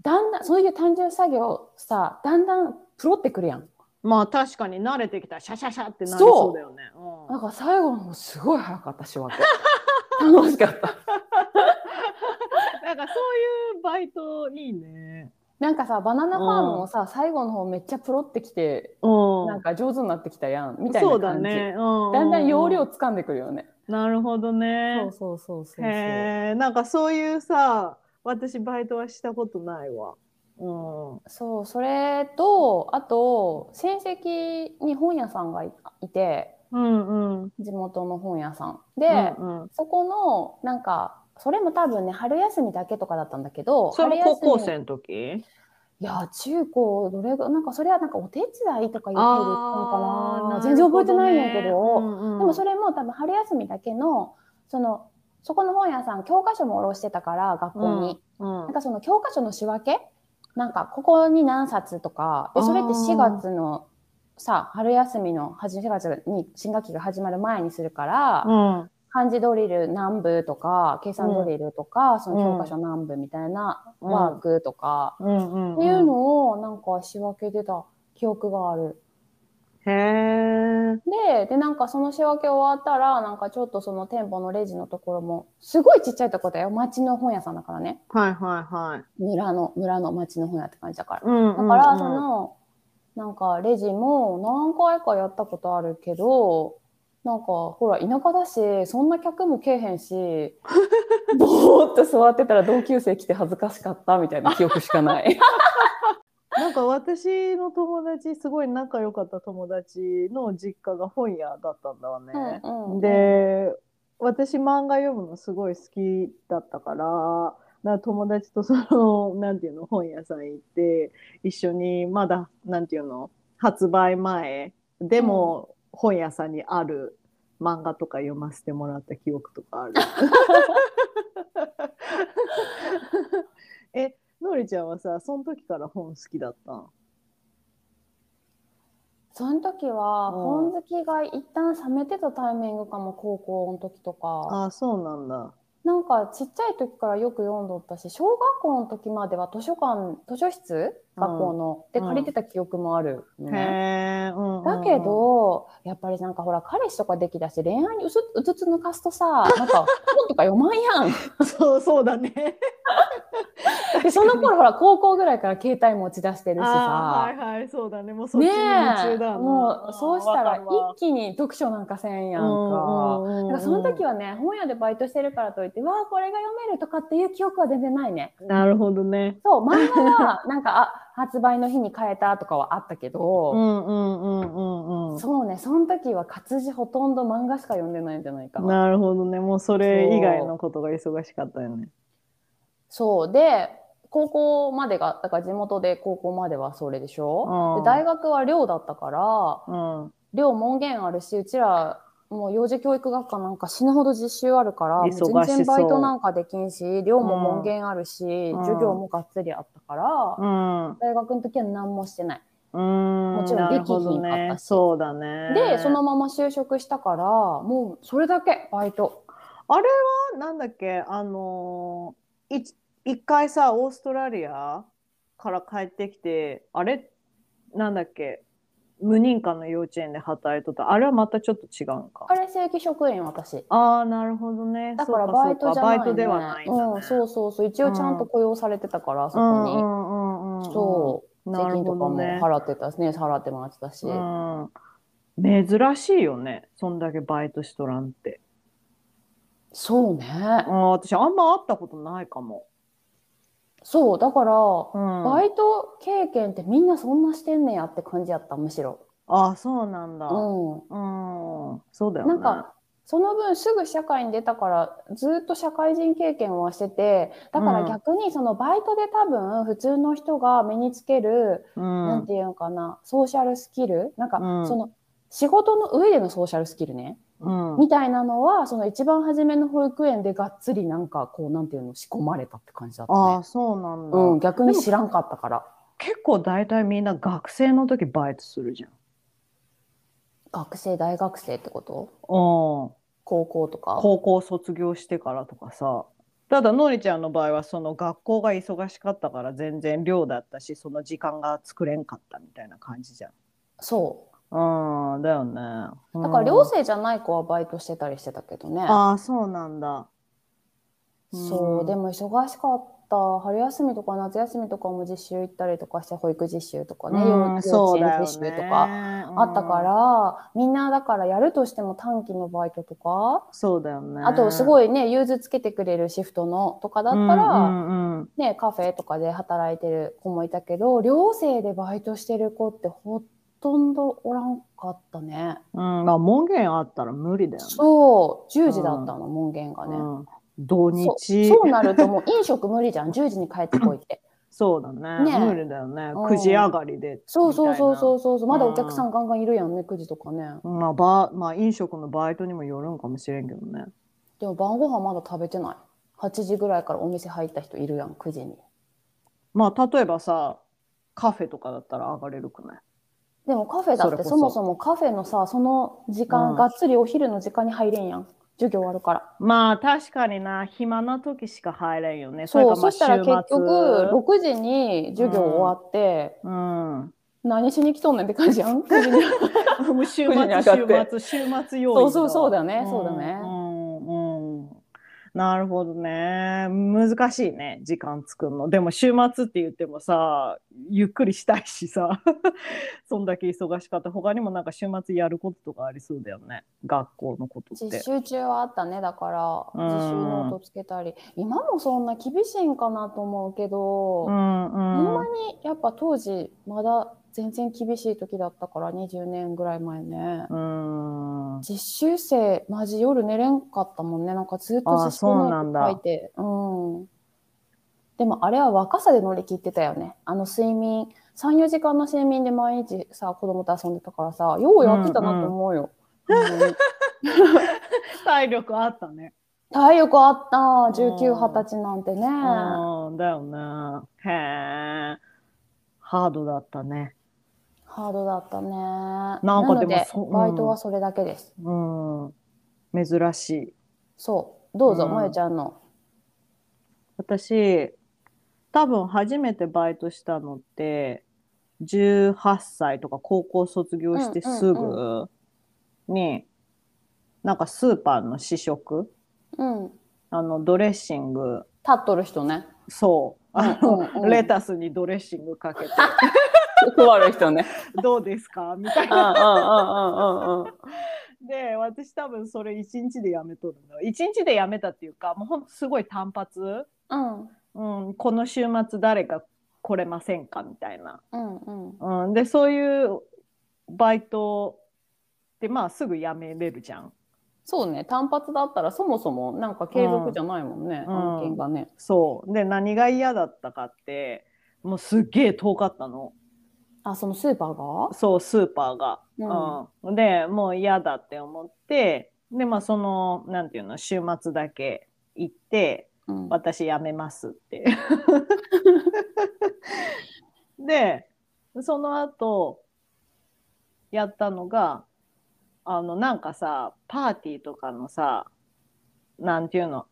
だんだん、そういう単純作業さ、だんだんプロってくるやん。
まあ確かに慣れてきたらシャシャシャってなりそうだよね。う
なん
ん
か最後の方すごい早かった仕 分け。楽しかった。
なんかそういうバイトいいね。
なんかさバナナファームもさ、最後の方めっちゃプロってきて、
うん
なんか上手になってきたやんみたい
そ
な
うだ
感じだ,、
ね。うん
んだん容量掴んでくるよね、
なるほどね。
そうそうそうそう
へえなんかそういうさ私バイトはしたことないわ。うん
そうそれとあと成績に本屋さんがいいて
うんうん。
地元の本屋さんで、
うんうん
そこのなんかそれも多分ね春休みだけとかだったんだけど
それも高
春
校
休み
生の時
いや中高どれがなんかそれはなんかお手伝いとかいう系で行ったのかな
ー
全然覚えてないんやけ
なる
ど、
ほねうんうん
でもそれも多分春休みだけのそのそこの本屋さん教科書も下ろしてたから学校に、
うん
なんかその教科書の仕分けなんかここに何冊とかでそれって
あー
4月のさ春休みの始4月に新学期が始まる前にするから、
うん
漢字ドリル何部とか計算ドリルとか、その教科書何部みたいな
うん
ワークとか、
うんうん
っていうのをなんか仕分けてた記憶がある。
へえ
で、で、なんかその仕分け終わったら、なんかちょっとその店舗のレジのところも、すごいちっちゃいとこだよ。町の本屋さんだからね。
はいはいはい。
村の、村の町の本屋って感じだから。
うん
だ
うんうん
から、その、なんかレジも何回かやったことあるけど、なんかほら田舎だし、そんな客もけえへん し、ぼーっと座ってたら同級生来て恥ずかしかったみたいな記憶しかない。
なんか私の友達すごい仲良かった友達の実家が本屋だったんだわね。
うんうん
で私漫画読むのすごい好きだったからな友達とそ のなんていうの本屋さん行って一緒にまだなんていうの発売前でも本屋さんにある漫画とか読ませてもらった記憶とか ある。 えのりちゃんはさその時から本好きだったん
その時は、
うん
本好きが一旦冷めてたタイミングかも、高校の時とか。
ああそうなんだ。
なんか、ちっちゃい時からよく読んどったし、小学校の時までは図書館、図書室
うん
学校の。で、
うん
借りてた記憶もあるのね。
へえ、うんうんうん
だけ、 ど、やっぱりなんかほら、彼氏とかできだし、恋愛にうつうつつ 抜かすとさ、なんか、本とか読まんやん。
そうそうだね。
でその頃ほら高校ぐらいから携帯持ち出してるし
あ
さ
ー、はいはいそうだねもうそっち
ね
に
え
夢中だな
もうそうした
わからるわ
一気に読書なんかせんやんか。
うん
なんかその時
は
はね本屋でバイトしてるからといってわあこれが読めるとかっていう記憶は全然ないね。
なるほどね
そう漫画はなんかあ発売の日に変えたとかはあったけ
う
ど、
んうんうんうんうん
そうねその時は活字ほとんど漫画しか読んでないんじゃないかな。
なるほどねもうそれ以外のことが忙しかったよね
そうで高校までがだから地元で高校まではそれでしょ
う。
で
ん
大学は寮だったから
うんうん
寮門限あるしうちらもう幼児教育学科なんか死ぬほど実習あるからもう
忙し
全然バイ
そ
ト
う
なんかできんし寮も門限あるし、
ん
授業もがっつりあったから、大学の時は何もしてない。
も
ちろん
なるほど
できひんかっ
ね
たし
そうだね
でそのまま就職したからもうそれだけバイト。
あれはなんだっけあのーい一回さオーストラリアから帰ってきてあれなんだっけ無認可の幼稚園で働いとったあれはまたちょっと違うんか
あれ正規職員私。
ああなるほどね
だから
そうか
バイトじゃ
そ
な
うかバ
い、ね、
イトではないんだね
うん、そうそうそう一応ちゃんと雇用されてたから、そ
う
こ
んう
に、
んうんうんうん
そう税
なる
金と
ほ
かも
どね
払ってたしね払ってもらってたし、
うん珍しいよねそんだけバイトしとらんって
そうね
うん私あんま会ったことないかも、
そうだから、
うん、
バイト経験ってみんなそんなしてんねやって感じやったむしろ。
あそうなんだ、
う
うん、そうだよ
ん、
ね。
なんかその分すぐ社会に出たからずっと社会人経験はしててだから
うん
逆にそのバイトで多分普通の人が身につける、
うん、
なんていうのかなソーシャルスキルなんか
うん
その仕事の上でのソーシャルスキルね、
うん、
みたいなのはその一番初めの保育園でがっつりなんかこうなんていうの仕込まれたって感じだった
あ
ね
あ、。そうなんだ。
うん、逆に知らんかったから
結構大体みんな学生の時バイトするじゃん。
学生大学生ってこと
うん、
高校とか
高校卒業してからとかさ。ただのりちゃんの場合はその学校が忙しかったから全然寮だったしその時間が作れんかったみたいな感じじゃ
そ
ん。うんだよね。
う
だ
だから寮生じゃない子はバイトしてたりしてたけどね、
ああそうなんだ。
そうで
も
も忙しかった春休みとか夏休みとかも実習行ったりとかして保育実習とかね、
うん、
幼幼
そう
稚
だ
園
よ
実
ね
習とかあったか。
うん
ら、みんなだからやるとしても短期のバイトとか
そうだよね。
あとす
い
ごいね融通つけてくれるシフトのとかだったら、
うんうんうん
ね、カフェとかで働いてる子もいたけど寮生でバイトしてる子ってほとんどおらんかったね。
うん、まあ門限あったら無理だよね。
そう10時だったの、門限がね。
うん土
そ
日
う
そう
そうなるともう飲食無理 じゃん10時に帰ってこいって
だね
ね
無理だよね、
うん
9時上がりで
そうそうそうそううそうそうまだお客さんガンガンいるやんね9時とかね
まあ、ばまあ飲食のバイトにもよるんかもしれんけどね
でも晩ご飯まだ食べてない8時ぐらいからお店入った人いるやん9時に
まあ例えばさカフェとかだったら上がれるくない
でもカフェだ
そ
っ
れこ
て
そ
そもそもカフェのさその時間、
うん
がっつりお昼の時間に入れんやん授業終わるから
まあ確かにな暇な時しか入れんよね
そう
れ
そ
か
したら結
まあ
局6時に授業終わって、何しに来とんねんって感じや ん9時に
うんもう週末
9時に上がって
週末週末用意
そうそうそうだよねそうだね
うんうんなるほどね難しいね時間作るのでも週末って言ってもさゆっくりしたいしさ そんだけ忙しかった他にもなんか週末やることとかありそうだよね学校のことって
実習中はあったねだから
うん
自習ノートつけたり今もそんな厳しいんかなと思うけど、
う
ほん
んう
ま
ん
にやっぱ当時まだ全然厳しい時だったから20年ぐらい前ね、
うん
実習生マジ夜寝れんかったもんねなんかずっと
あ
自習ノ
そうなん
ート
だ
書いてうんでもあれは若さで乗り切ってたよねあの睡眠34時間の睡眠で毎日さ子供と遊んでたからさようやってたなと思うよ、うん
体力あったね
体力あった1920
うん
歳なんてね、
うんだよねへえハードだったね
ハードだったねなん
かでも
ので
そうん
バイトはそれだけです、
うん珍しい
そうどうぞ、
うん
まゆちゃんの
私多分初めてバイトしたのって18歳とか高校卒業してす
うんう
ぐになんかスーパーの試食
うん
あのドレッシング
立っとる人ね
そあ
うんうん
の、
うん
レタスにドレッシングかけて
配る人 ね。
どうですかみたい
うんううんうんうん
なん
うん。
で私多分それ一日でやめとるの一日でやめたっていうかもうほんとすごい単発、
うん
うん、この週末誰か来れませんかみたいな、
うんうん。
うん、でそういうバイトってまあすぐ辞めれるじゃん
そうね、単発だったらそもそもなんか継続じゃないもんね、
うん
案件がね。
そうで何が嫌だったかってもうすっげえ遠かったの
あ、そのスーパーが
そうスーパーが、
うん
うんでもう嫌だって思ってでまあそのなんていうの週末だけ行って
うん
私辞めますってでその後やったのがあのなんかさパーティーとかのさなんていうの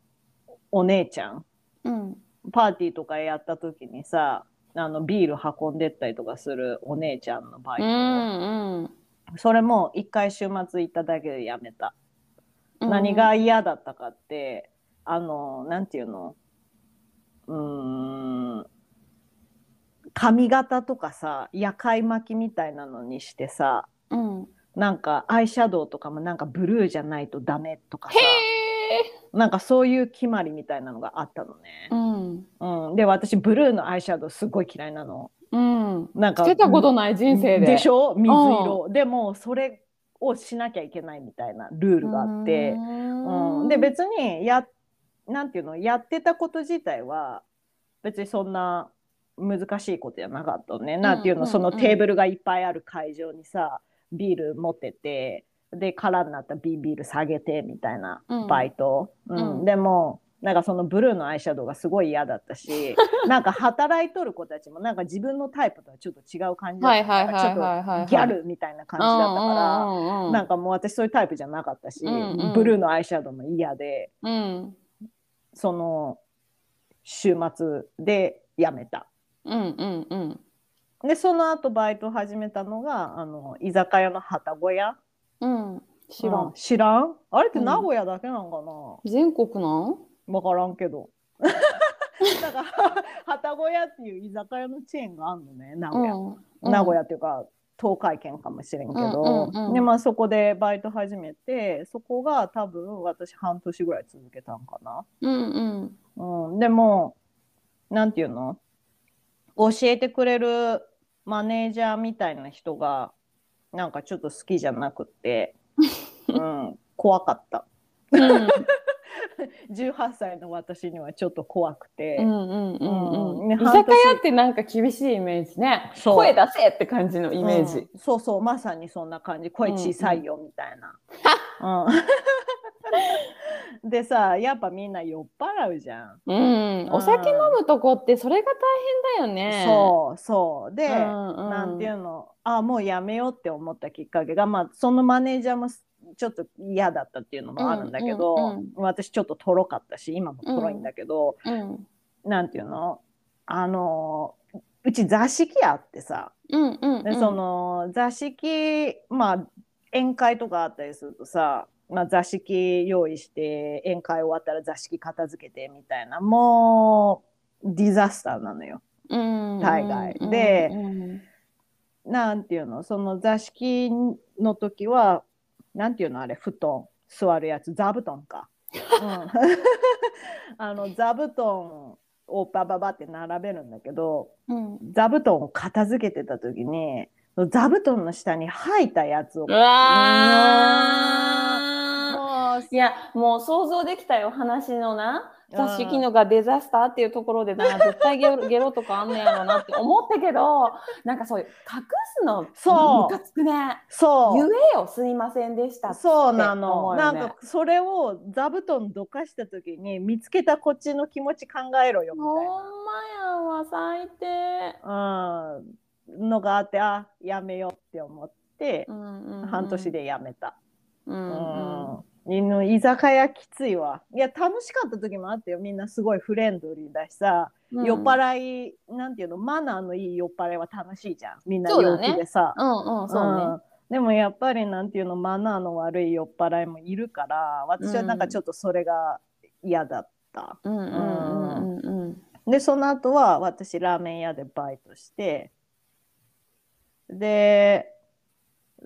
お姉ちゃん
うん。
パーティーとかやった時にさあのビール運んでったりとかするお姉ちゃんのバ
う
イト、
んうん。
それも一回週末行っただけでやめた、
うん
何が嫌だったかってあのなんていうのうーん髪型とかさ夜会巻きみたいなのにしてさ
うん。へ
なんかアイシャドウとかもなんかブルーじゃないとダメとかさ
え。
なんかそういう決まりみたいなのがあったのね
う、ん。
うん、で私ブルーのアイシャドウすごい嫌いなの
うん。
なんか
つけたことない人生で。
でし
ょ
ょ水色でもそれをしなきゃいけないみたいなルールがあって、うんで別にやなんていうのやってたこと自体は別にそんな難しいことじゃなかったのね、なんていう
うんう
の
ん
そのテーブルがいっぱいある会場にさビール持っててで空になった瓶ビール下げてみたいな
うん
バイト、うん
うん
でもなんかそのブルーのアイシャドウがすごい嫌だっ たしなんか働いとる子たちもなんか自分のタイプとはちょっと違う感じだ
は
っ
いはいは
たか
い
らちょ
はいはいは
っ
い。
とギャルみたいな感じだったから。
うんうんうん
なんかもう私そういうタイプじゃなかったし、
うんうん
ブルーのアイシャドウも嫌で
うん
その週末で辞めた
うんうんうん
でその後バイト始めたのがあの居酒屋の旗小屋
うん知ら
うん
ん
知らんあれって
うん
名古屋だけなんかな、
全国なん
分からん けどなんか旗小屋っていう居酒屋のチェーンがあるのね名古屋、
うん
名古屋っていうか東海圏かもしれんけど、
うんうんうん
でまあそこでバイト始めてそこが多分私半年ぐらい続けたんかな
うんうん
うん、でも、なんていうの教えてくれるマネージャーみたいな人が、なんかちょっと好きじゃなく て、うん、怖かった。
うん
18歳の私にはちょっと怖くて
う、んうんうんうん
ね
居酒屋ってなんか厳しいイメージね
そう
声出せって感じのイメージ
うんそうそう、まさにそんな感じ。声小さいよ、みたいな。うん、で さ、やっぱみんな酔っ払うじゃん。
うんお酒飲むとこってそれが大変だよね
そうそう。で、な
なん
ていうのあもうやめようって思ったきっかけが、まあ、そのマネージャーもすちょっと嫌だったっていうのもあるんだけど、
うんうん
私ちょっととろかったし今もとろいんだけど、
うん
なんていうのあのうち座敷あってさ
うんうん
でその座敷まあ宴会とかあったりするとさまあ、座敷用意して宴会終わったら座敷片付けてみたいなもうディザスターなのよ。
海
海外でなんていうのその座敷の時はなんていうのあれ布団座るやつ座布団か、うん あの座布団をバババって並べるんだけど座布団を片付けてた時に座布団の下に吐いたやつを
う
も
わー
う
いや、もう想像できたよ、話のな。
うん
雑誌機能がデザスターっていうところでな、絶対ゲ ロゲロとかあんねやろなって思ったけど、なんかそういう、隠すの、
そう
ムカつくね。言
そう
えよ、すいませんでした。
そうな
思
の、
う
な
よ
ん
ね
かそれを座布団どかした時に見つけたこっちの気持ち考えろよみたい
ほん
な。
まやわ、最低。
うん、のがあってあやめようって思って
う、んうんうん
半年。でやめた、
うん
う
うん
ん犬居酒屋きついわいや楽しかった時もあったよみんなすごいフレンドリーだしさ、
うん
酔っ払いなんていうのマナーのいい酔っ払いは楽しいじゃんみんな
そうだ
陽
ね
気でさ
うんうん、そうね。
うんでもやっぱりなんていうのマナーの悪い酔っ払いもいるから私はなんかちょっとそれが嫌だった、
うんうんうんうんうん。
で、その後は私、ラーメン屋でバイトして、で、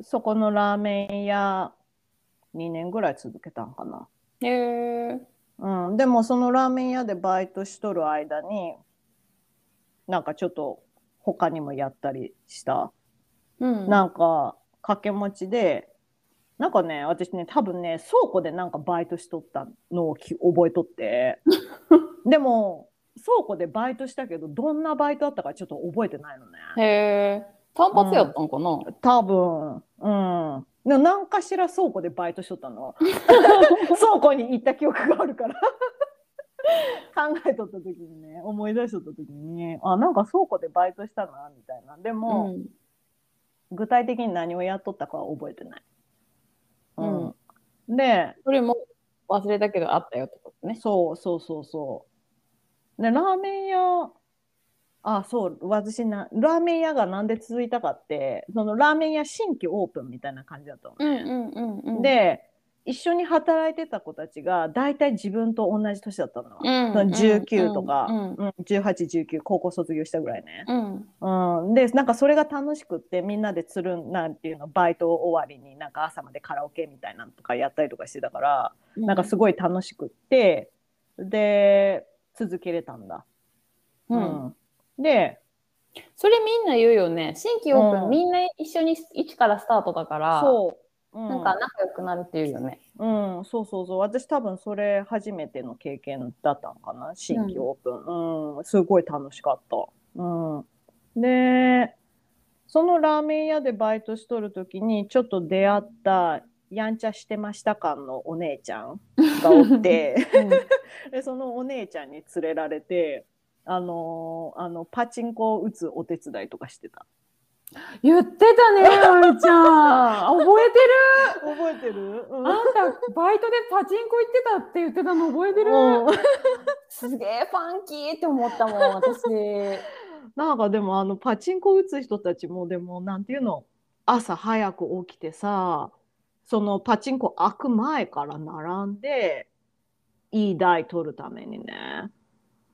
そこのラーメン屋、2年ぐらい続けたんかな。
へえ
うん、でもそのラーメン屋でバイトしとる間に、なんかちょっと他にもやったりした。
うん
なんか掛け持ちで、なんかね、私ね、多分ね、倉庫でなんかバイトしとったのをき覚えとって。 でも、倉庫でバイトしたけど、どんなバイトだったかちょっと覚えてないのね。
へえ単発やったんかな、
多分、うん。でも何かしら倉庫でバイトしとった の。倉庫に行った記憶があるから。考えとった時にね、思い出しとった時にね、あ、なんか倉庫でバイトしたな、みたいな。でも、
ん
具体的に何をやっとったかは覚えてない。
うん
うん。で、
それも忘れたけどあったよってことね
そうそうそうそう。で、ラーメン屋、あ、そう、私な、ラーメン屋がなんで続いたかって、そのラーメン屋新規オープンみたいな感じだったの。
うんうんうんうん
で一緒に働いてた子たちが大体自分と同じ年だったの、
うん
その19とか
うん
うん、1819高校卒業したぐらいね、
うん
うん、でなんかそれが楽しくってみんなでつるんなんていうのバイト終わりになんか朝までカラオケみたいなのとかやったりとかしてたから、
うん
なんかすごい楽しくってで続けれたんだ、
うん、
うんで
それみんな言うよね新規オープン、
うん
みんな一緒に一からスタートだから
そう、う
なんか仲良くなるっていうよね
うん、そうそうそう。私多分それ初めての経験だったんかな。新規オープン。うん、すごい楽しかった。うん。で、そのラーメン屋でバイトしとるときに、ちょっと出会った、やんちゃしてました感のお姉ちゃんがおって、 で、そのお姉ちゃんに連れられて、あのーあの、パチンコを打つお手伝いとかしてた。
言ってたね、あいちゃん。覚えてる
覚えてるうん。
あんた、バイトでパチンコ行ってたって言ってたの覚えてる
うん
すげえファンキーって思ったもん 私
なんかでもあのパチンコ打つ人たちもでもなんていうの朝早く起きてさそのパチンコ開く前から並んでいい台取るためにね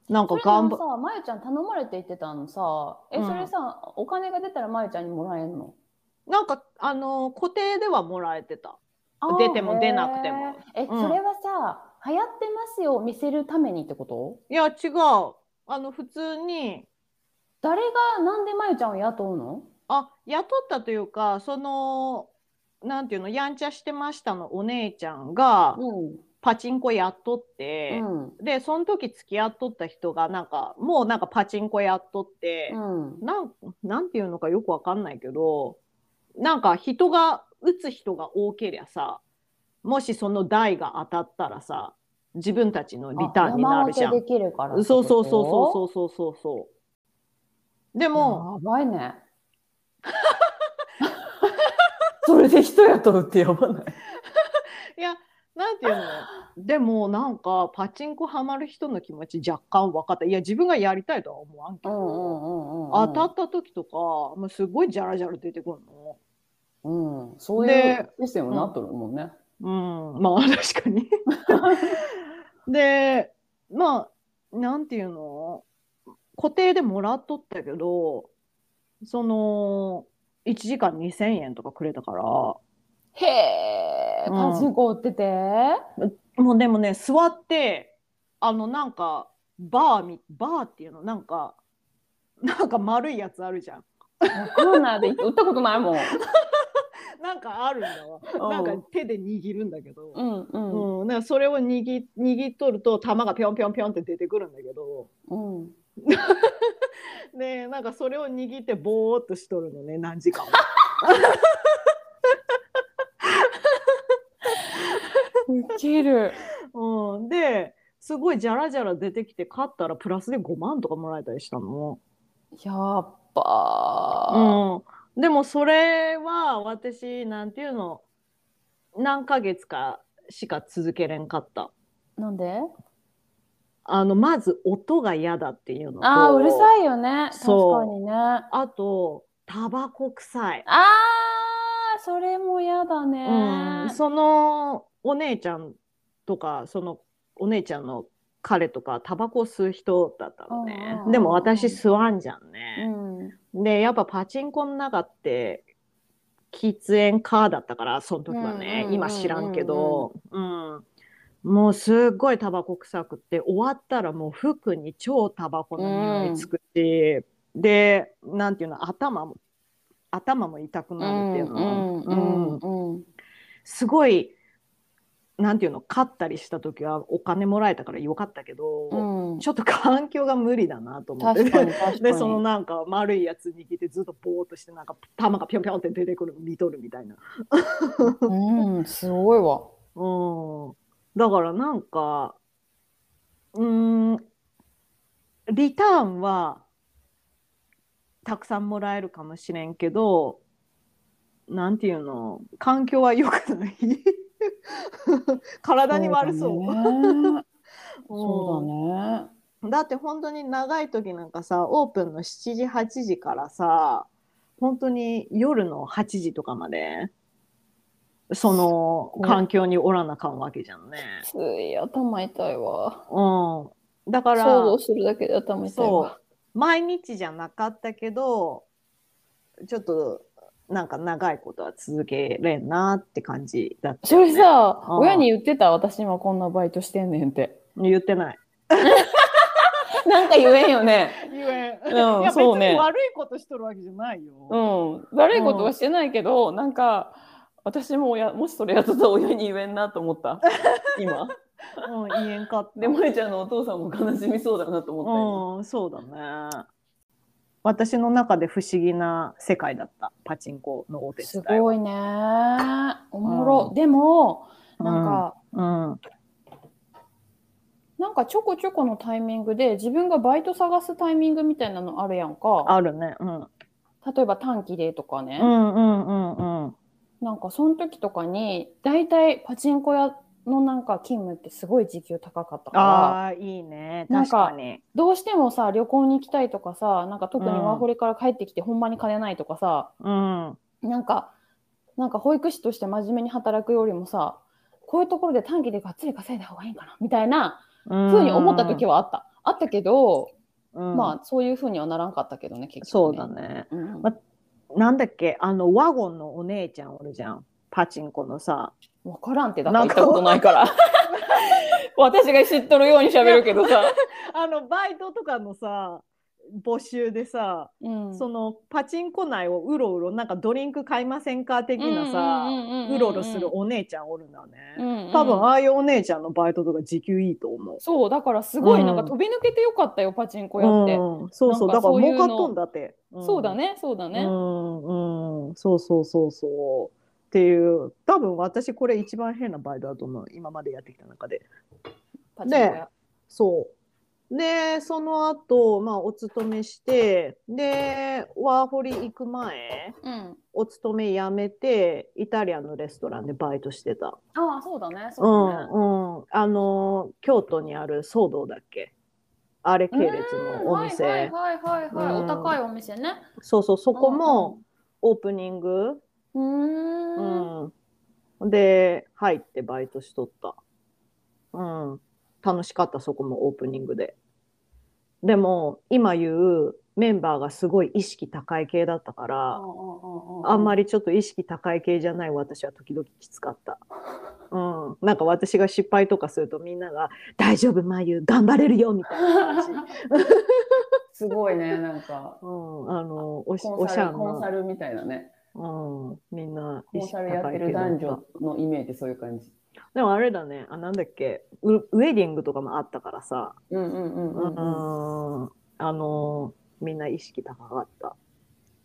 なんか
それあ
頑
の
張
さまゆちゃん頼まれて言ってたのさえ
うん
それさ、お金が出たらまゆちゃんにもらえるの
なんかあの固定ではもらえてた
あー
出ても出なくても
へーえ、
うん
それはさ流行ってますよを見せるためにってこと
いや違うあの普通に
誰がなんでまゆちゃんを雇うの
あ雇ったというかそのなんていうのやんちゃしてましたのお姉ちゃんが
う
パチンコやっとって。
んうん
でその時付き合っとった人がなんかもうなんかパチンコやっとって、
うん
なんなんていうのかよくわかんないけどなんか人が打つ人が多けりゃさもしその台が当たったらさ自分たちのリターンになるじゃ
あ山分
ん。
けできるからって
そ
こ
う
と
そうそうそうそうそうそうそう。でも、
やばいね。
それで人雇うって呼ばない。
いやなんていうのでもなんかパチンコハマる人の気持ち若干分かったいや自分がやりたいとは思わんけ
う
ど、
んうんうんうん。
当たった時とかもうすごいジャラジャラ出てくるの。
うん。そういう
で
システム
うん
になっとるもんね。
うん、まあ 確 かに。で、まあ、なんていうの固定でもらっとったけど、その、1時間2000円とかくれたから、も
へえ。
うん
パチンコ売って て。
うでもね、座って、あの、なんか、バーみ、バーっていうの、なんか、なんか丸いやつあるじゃん。
わかんないで売ったことないもん。
なんかあるんだわ。 なんか手で握るんだけど。
うんうん
うん、なんかそれを握握っとると玉がぴょんぴょんぴょんって出てくるんだけど
うん。
でなんかそれを握ってぼーっとしとるのね何時間も
ウケる。
うん、ですごいじゃらじゃら出てきて勝ったらプラスで5万とかもらえたりしたの。
やっば
うん、でもそれは私なんていうの何ヶ月かしか続けれんかった。
ー。なんで？
あのまず音が嫌だっていうのと
ああうるさいよね。確
そう
かにね。あ
あとタバコ臭い。
あーそれも嫌だ
うん
ね。
そのお姉ちゃんとかそのお姉ちゃんの彼とかタバコ吸う人だったのね
うん。
でも私吸わんじゃん
う
ね。
ん。
で、やっぱパチンコの中って、喫煙カーだったから、その時は
うんうんうん
ね
う。ん
今知らんけど、うん。もうすっごいタバコ臭くって、終わったらもう服に超タバコの匂いつくし、で、なんていうの、頭も、頭も痛く
う
なる
ん
っていうの。
うんうん
すごい、なんていうの、勝ったりした時はお金もらえたからよかったけど、
うん。
ちょっと環境が無理だなと思って。
確 かに確かに。
で、そのなんか丸いやつ握ってずっとぼーっとして、なんか玉がぴょんぴょんって出てくるの見とるみたいな。
うん、すごいわ。
うん。だからなんか、うーん、リターンはたくさんもらえるかもしれんけど、なんていうの、環境は良くない。 体に悪そう。
そうだね。
だって本当に長い時なんかさオープンの7時8時からさ本当に夜の8時とかまでその
ね
環境におらなかんわけじゃんね。
きつい頭痛いわ。
うん、だから
想像するだけで頭痛い
そ
わ。
う毎日じゃなかったけどちょっとなんか長いことは続けれんなって感じだった
そ
よね、
れさ、
うん
親に言ってた私今こんなバイトしてんねんって。
言ってない。
なんか言えんよね。
言え
うん、そうね。
悪いことしとるわけじゃないよ。
うん、悪いことはしてないけど、なんか私も親もしそれやってたら親に言えんなと思った 今
うん、言えんかった。
で萌ちゃんのお父さんも悲しみそうだなと思っ
うん、そうだね。私の中で不思議な世界だった。パチンコのお
た
手
よす
伝いは。
ごいねおもろ、でもなんか、
うん、うん、
なんかちょこちょこのタイミングで自分がバイト探すタイミングみたいなのあるやんか
あるね。うん、うん、
例えば短期でとかね、
うん、うん、うん。
なんかその時とかに大体パチンコ屋のなんか勤務ってすごい時給高かったから
ああ、いいね。
なん
確
か
かに。
どうしてもさ旅行に行きたいとかさなんか特に
うん
ワーホリから帰ってきてほんまに金ないとかさ、
うん、うん、
なんかなんか保育士として真面目に働くよりもさこういうところで短期でがっつり稼いだ方がいいんかなみたいなふうに思った時はあった、あったけど、
うん
まあそういうふうにはならんかったけどね結
そ
局
う
ね
だね。
うん
まなんだっけ、あのワゴンのお姉ちゃんおるじゃん。パチンコのさ。
分からんってだから言ったことないから 私が知っとるように喋るけど さ、
あのバイトとかのさ。募集でさ、
うん
そのパチンコ内をうろうろなんかドリンク買いませんか的なさ、うろうろするお姉ちゃんおるんだね。多分ああいうお姉ちゃんのバイトとか時給いいと思う。
そうだからすごいなんか
うん
飛び抜けてよかったよ、パチンコ屋って、
うん、そうそう
なんか
だから
そういう
儲
の
かっとんだって。ん
そうだ。ねそうだね、
うんうんそうそうそうそうっていう多分私これ一番変なバイトだと思う今までやってきた中で。
パチンコ屋、
ねそう。で、その後、まあ、お勤めして、で、ワーホリ行く前、
うん
お勤め辞めて、イタリアンのレストランでバイトしてた。
ああそうだね
う
そうだね、
んうん、あのー京都にある騒動だっけあれ系列のお店、
はいはいはいはい、
うん
お高いお店ね
そうそうそこもオープニング、
うー
うんんで入ってバイトしとった、うん、楽しかったそこもオープニングででも今言うメンバーがすごい意識高い系だったから、あんま
り
りちょっと意識高い系じゃない私は時々きつかった。うん、なんか私が失敗とかするとみんなが「大丈夫まゆ頑張れるよ」みたいな感じ、
すごいねなんか
うん、あのおし
コ
お
ン
し
サ
ゃ
ル
ん
コンサ
な、
ルみたいなね
うん、みんな
コンサルやってる
だっ
男
た
女のイメージそういう感じ
でもあれだねあなんだっけウウェディングとかもあったからさ、
うんうんうん
う
うんんうん
あのみんな意識高かった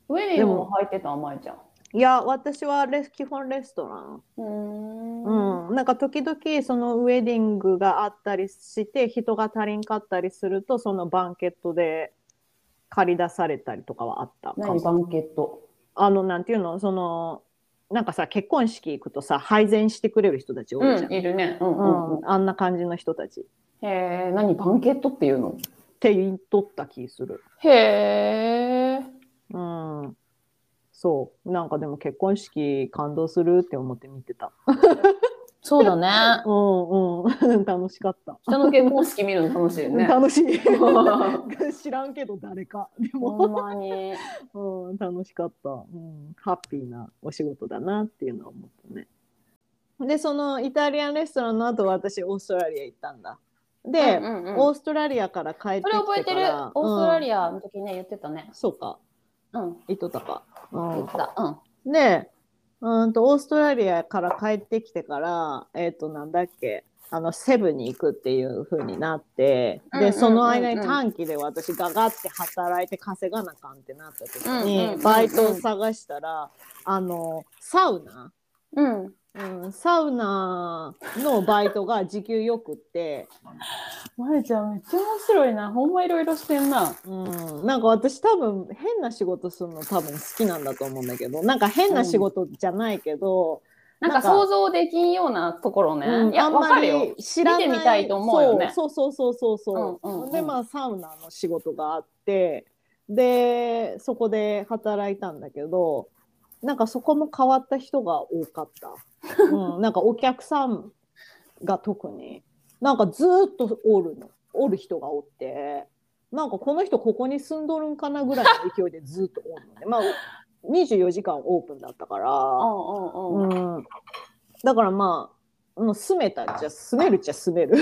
ウェディングも入ってた甘いちゃん
いや私はレス基本レストラン
うーん
うん、なんか時々そのウェディングがあったりして人が足りんかったりするとそのバンケットで借り出されたりとかはあったか
何
も
バンケット
あのなんていうのそのなんかさ結婚式行くとさ配膳してくれる人たち多いじゃん、
いるねうん
う
うん
んあんな感じの人たちっ
へえ何バンケットっていうの
て言っとった気する、
へえ
うん、そうなんかでも結婚式感動するって思って見てた
そうだね。
うんうん、楽しかった。
人の結婚式見るの楽しいよね。
楽し い。知らんけど誰か。で
ほん
も、
まに。
うん、楽しかった、うん。ハッピーなお仕事だなっていうのは思ったね。で、そのイタリアンレストランの後私オーストラリア行ったんだ。で、
うんうんうん
オーストラリアから帰ってき
そ
て
れ覚えてる。オーストラ
リ
リアの時ね、言ってたね
ア。。そうか、
うん。
行っとったか。う
言
ん
ってた。うん。
で、うんと、オーストラリアから帰ってきてから、えっ、と、なんだっけ、あの、セブンに行くっていう風になって、
うんうんうんう
で、
ん
その間に短期で私ガガって働いて稼がなあかんってなった時
うんうんうん
に
う、ん
バイトを探したら、あの、サウナ、
うん。
うん、サウナのバイトが時給よくって、
まゆちゃんめっちゃ面白いな。ほんまいろいろしてんな。
うん、なんか私多分変な仕事するの多分好きなんだと思うんだけど、なんか変な仕事じゃないけど、
なんか想像できんようなところね。
うん
いや、
あんま
わ
り
かるよ。
知らない
見てみたいと思うよね
そうそうそうそうそう。
うんうんうん
でまあサウナの仕事があってでそこで働いたんだけどなんかそこも変わった人が多 かった。うん、なんかお客さんが特になんかずーっとおるのおる人がおってなんかこの人ここに住んどるんかなぐらいの勢いでずーっとおるのね。まあ24時間オープンだったか ら。
うんうんうん。
うん、だからまあもう住めたっちゃ住めるっちゃ住 める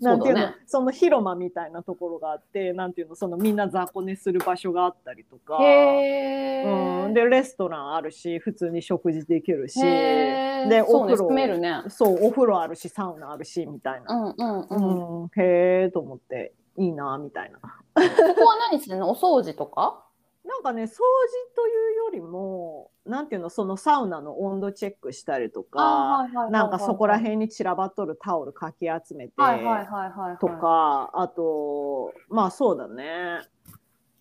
なんていうの
そ
そ,、
うだね
の広間みたいなところがあってなんていうのそのみんな雑魚寝する場所があったりとか、
へー
うん、でレストランあるし普通に食事できるし
へー
で
そ
お
うね、
風呂
住めるね。
そうお風呂あるしサウナあるしみたいうな、
んうんうん。こ
うんへえと思っていいなみたいな
こは何してんのお掃除とか
なんかね掃除というよりもなんていうのそのサウナの温度チェックしたりとか。
あーはいはいはいはい
なんかそこら辺に散らばっとるタオルかき集めて
はいはいはいはいはい。
とか、あとまあそうだね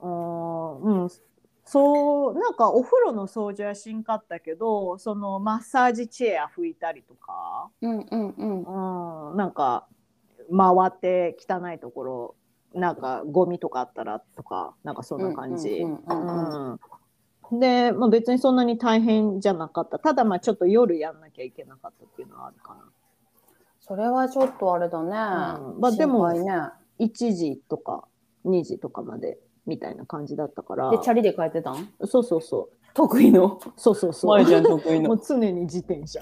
うーんうんそうなんかお風呂の掃除はしんかったけどそのマッサージチェア拭いたりとか、
うんうんうん。
うん、なんか回って汚いところなんかゴミとかあったらとかなんかそんな感じ。
うんうんうんうん
うんで、まあ、別にそんなに大変じゃなかったただまあちょっと夜やんなきゃいけなかったっていうのはあるかな。
それはちょっとあれだね。
まあでも
心配ね。
1時とか2時とかまでみたいな感じだったから
で、チャリで帰ってたん
そうそうそ
得意の。
うそう そうそう
まゆちゃん得意
も
の。
う常に自 転車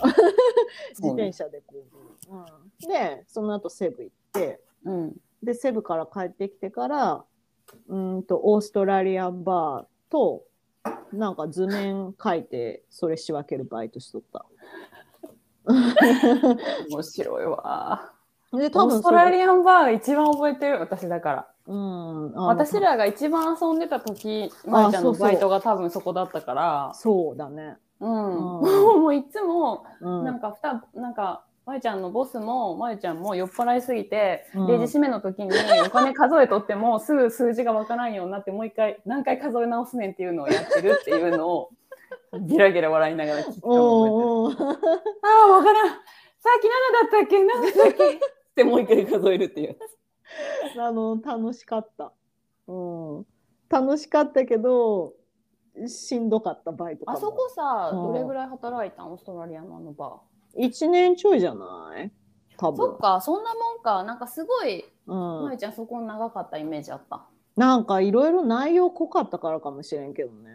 自転車でこう、うん、でその後セブ行って
うん。
でセブから帰ってきてからうーんとオーストラリアンバーとなんか図面書いてそれ仕分けるバイトしとった
面白いわ。
で多
オー
分
ストラ
ア
リアンバー一番覚えてる私だから。
うんあの
私らが一番遊んでた時、まゆちゃんのバイトが多分そこだったから。
そうだね
うん。
う
もういつも、
うん
なんか、ふた、なんか、まゆちゃんのボスも、まゆちゃんも酔っ払いすぎて、
うん
レジ締めの時 にお金数えとっても、すぐ数字がわからんようになって、もう一回、何回数え直すねんっていうのをやってるっていうのを、ギラギラ笑いながら聞いたのを覚えてる。
おーおー
ああ、わからん。さっき7だったっけ何だっけってもう一回数えるっていう。
あの楽しかった、うん、楽しかったけどしんどかったバイトか
あ
も
そこさ、
うん
どれぐらい働いたんオーストラリアのあのバ
1年ちょいじゃない多
ー。そ
分
っか、そんなもんか。なんかすごい、
う
ま
ん、
ゆちゃんそこ長かったイメージあった。
なんかいろいろ内容濃かったからかもしれんけどね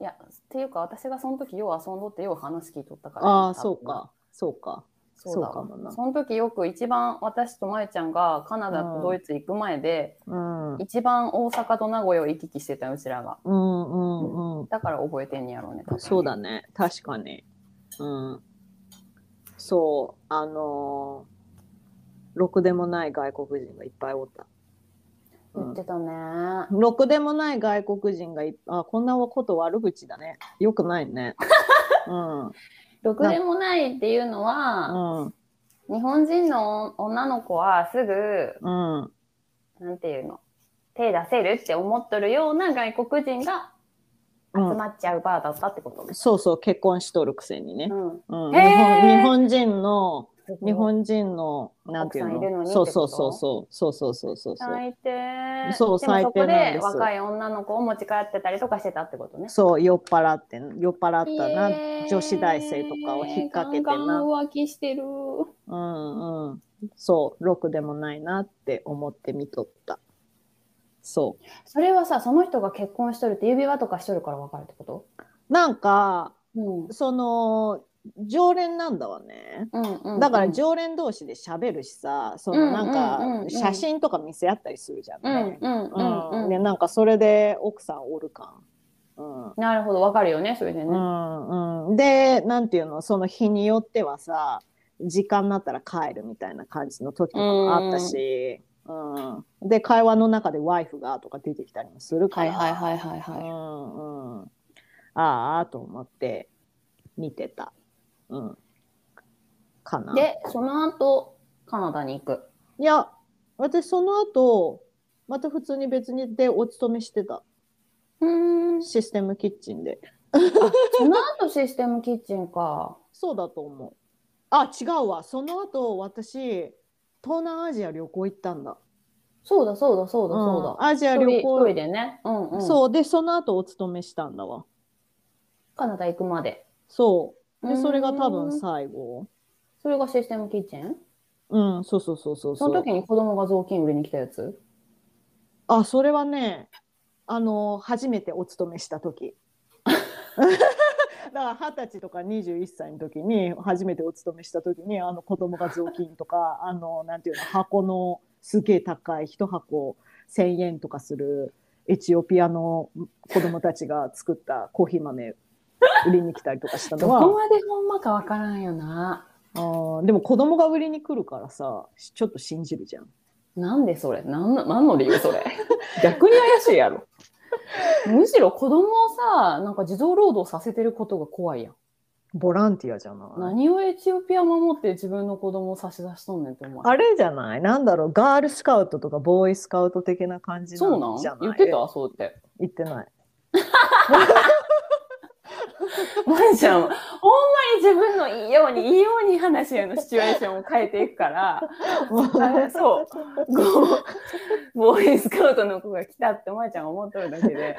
いや、っていうか私がその時よう遊んどってよう話聞いとったから。
ああそう。かそうか
そうだ
そうか
わ
もな
その時よく一番私とまゆちゃんがカナダとドイツ行く前で、
うんうん
一番大阪と名古屋を行き来してたうちらが。
うんうん
だから覚えてんやろうね。
そうだね確かにうんそうあのーろくでもない外国人がいっぱいおったう
言
ん
ってたね。
ろくでもない外国人がいあこんなこと悪口だねよくない ねうんう
ろくでもないっていうのは、
ん
日本人の女の子はすぐ、
うん
なんていうの、手出せるって思っとるような外国人が
う
集
ん
まっちゃうバーだったってことね。
そうそう結婚しとるくせにね、
うん。
うん
へー
日本日本人の
すごい
日本人の、なんていう
奥さんいるの
の
に
そう
って
そ
こ
う
と
そうそう、そうそうそうそうそう。
最低
そう
でも
最低なんです
そこで若い女の子を持ち帰ってたりとかしてたってことね
そう、酔っ払ってん、酔っ払ったな、
えー
女子大生とかを引っ掛けてな
ガンガン浮気してる。
うんうん。そう、ろくでもないなって思って見とった。そ
それはさ、その人が結婚しとるって指輪とかしとるから分かるってこと
う。なんか、
うん。
その、常連なんだわね。
うんうん、
だか
う
ら
ん
常連同士で喋るしさ、そ
うん
のなん
うんうんう
か
ん
写真とか見せ合ったりするじゃん
うん
ね。
うん
う
うんうん
ん。で、なんかそれで奥さんおる感。うん。
なるほど、分かるよね、それでね。
うんうん、でなんていうのその日によってはさ時間になったら帰るみたいな感じの時とかもあったし、うんで会話の中で「ワイフが」とか出てきたりもするから、
いはい
うん
は
うん、ああと思って見てた、うん、かな。
で、その後、カナダに行く。
いや私その後また普通に別にでお勤めしてた
うん。
システムキッチンで
その後システムキッチンか。
そうだと思う。あ、違うわ。その後、私、東南アジア旅行行ったんだ。
そうだそうだそうだそう
うん
だ。
アジア旅
一人一
行
人。でね。うんうん。
そう。で、その後お勤めしたんだわ。
カナダ行くまで。
そう。で、それが多
う
分
ん
最後。
それがシステムキッチン
うん、そうそうそうそう。
そうの時に子供が雑巾売りに来たやつ
あ、それはね、あの、初めてお勤めし た時。だから二十歳とか21歳の時に初めてお勤めした時にあの子供が雑巾とかあのなんていうの箱のすげえ高い一箱1,000円とかするエチオピアの子供たちが作ったコーヒー豆売りに来たりとかしたのは
までほんまかわからんよな。
あーでも子供が売りに来るからさちょっと信じるじゃん。
なんでそれなんななんの理由それ
逆に怪しいやろ
むしろ子供をさ、なんか自動労働させてることが怖いやん。
ボランティアじゃない
何をエチオピア守って自分の子供を差し出しとんねんって思う。
あれじゃないなんだろうガールスカウトとかボーイスカウト的な感じ
そう
なんじ
な
ゃ
ん
ない
言ってたそうって。
言ってない。
マリち ゃん、ほんまに自分のいいように、いいように話へのシチュエーションを変えていくから、あそう、こう ボーイスカウトの子が来たって、まりちゃんが思っとるだけで、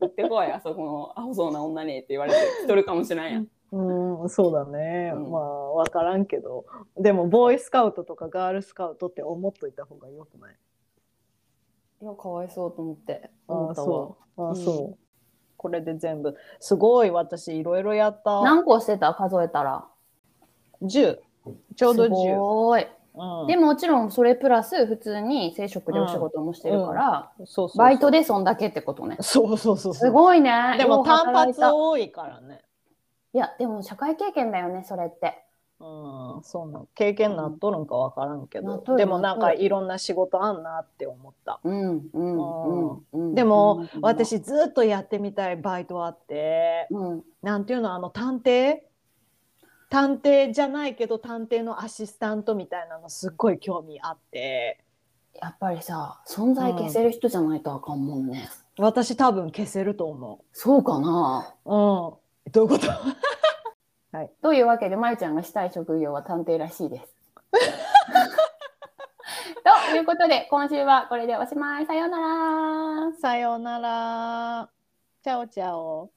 行ってこい、あそこのアホそうな女にって言われて来とるかもしれんやん。
うん、そうだね。
うん
まあ、わからんけど。でも、ボーイスカウトとかガールスカウトって思っといた方がよくない
いや、かわいそうと思って。
あ
思
あ、
ったわ。
そう。ああ、
ん
そう。これで全部。すごい、私、いろいろやった。
何個してた数えたら。
10。ちょうど
す
10。
ごーい。
うん、
でももちろんそれプラス普通に正職でお仕事もしてるから、
そうそうそう
バイトでそんだけってことね。
そうそうそうそう。
すごいね。
で
よ
も、
う働
単
い
発
た
多いからね。
いや、でも社会経験だよね、それって。
うん、そうなん経験なっとるんかわからんけ
な
ど
っと、る
でも
なっと
なん
る
かいろんな仕事あんなって思った。
うん、うん、うんうん。
でも、
うん、
私ずっとやってみたいバイトあって、
うん、
なんていうのあの探偵探偵じゃないけど探偵のアシスタントみたいなのすっごい興味あって
やっぱりさ、存在消せる人じゃないとあかんもんね。
私多分消せると思
そうかな。
う。うん、どういうこと
というわけで、まゆちゃんがしたい職業は探偵らしいです。 ということで、今週はこれでおしまい。さようなら。
さようなら。チャオチャオ。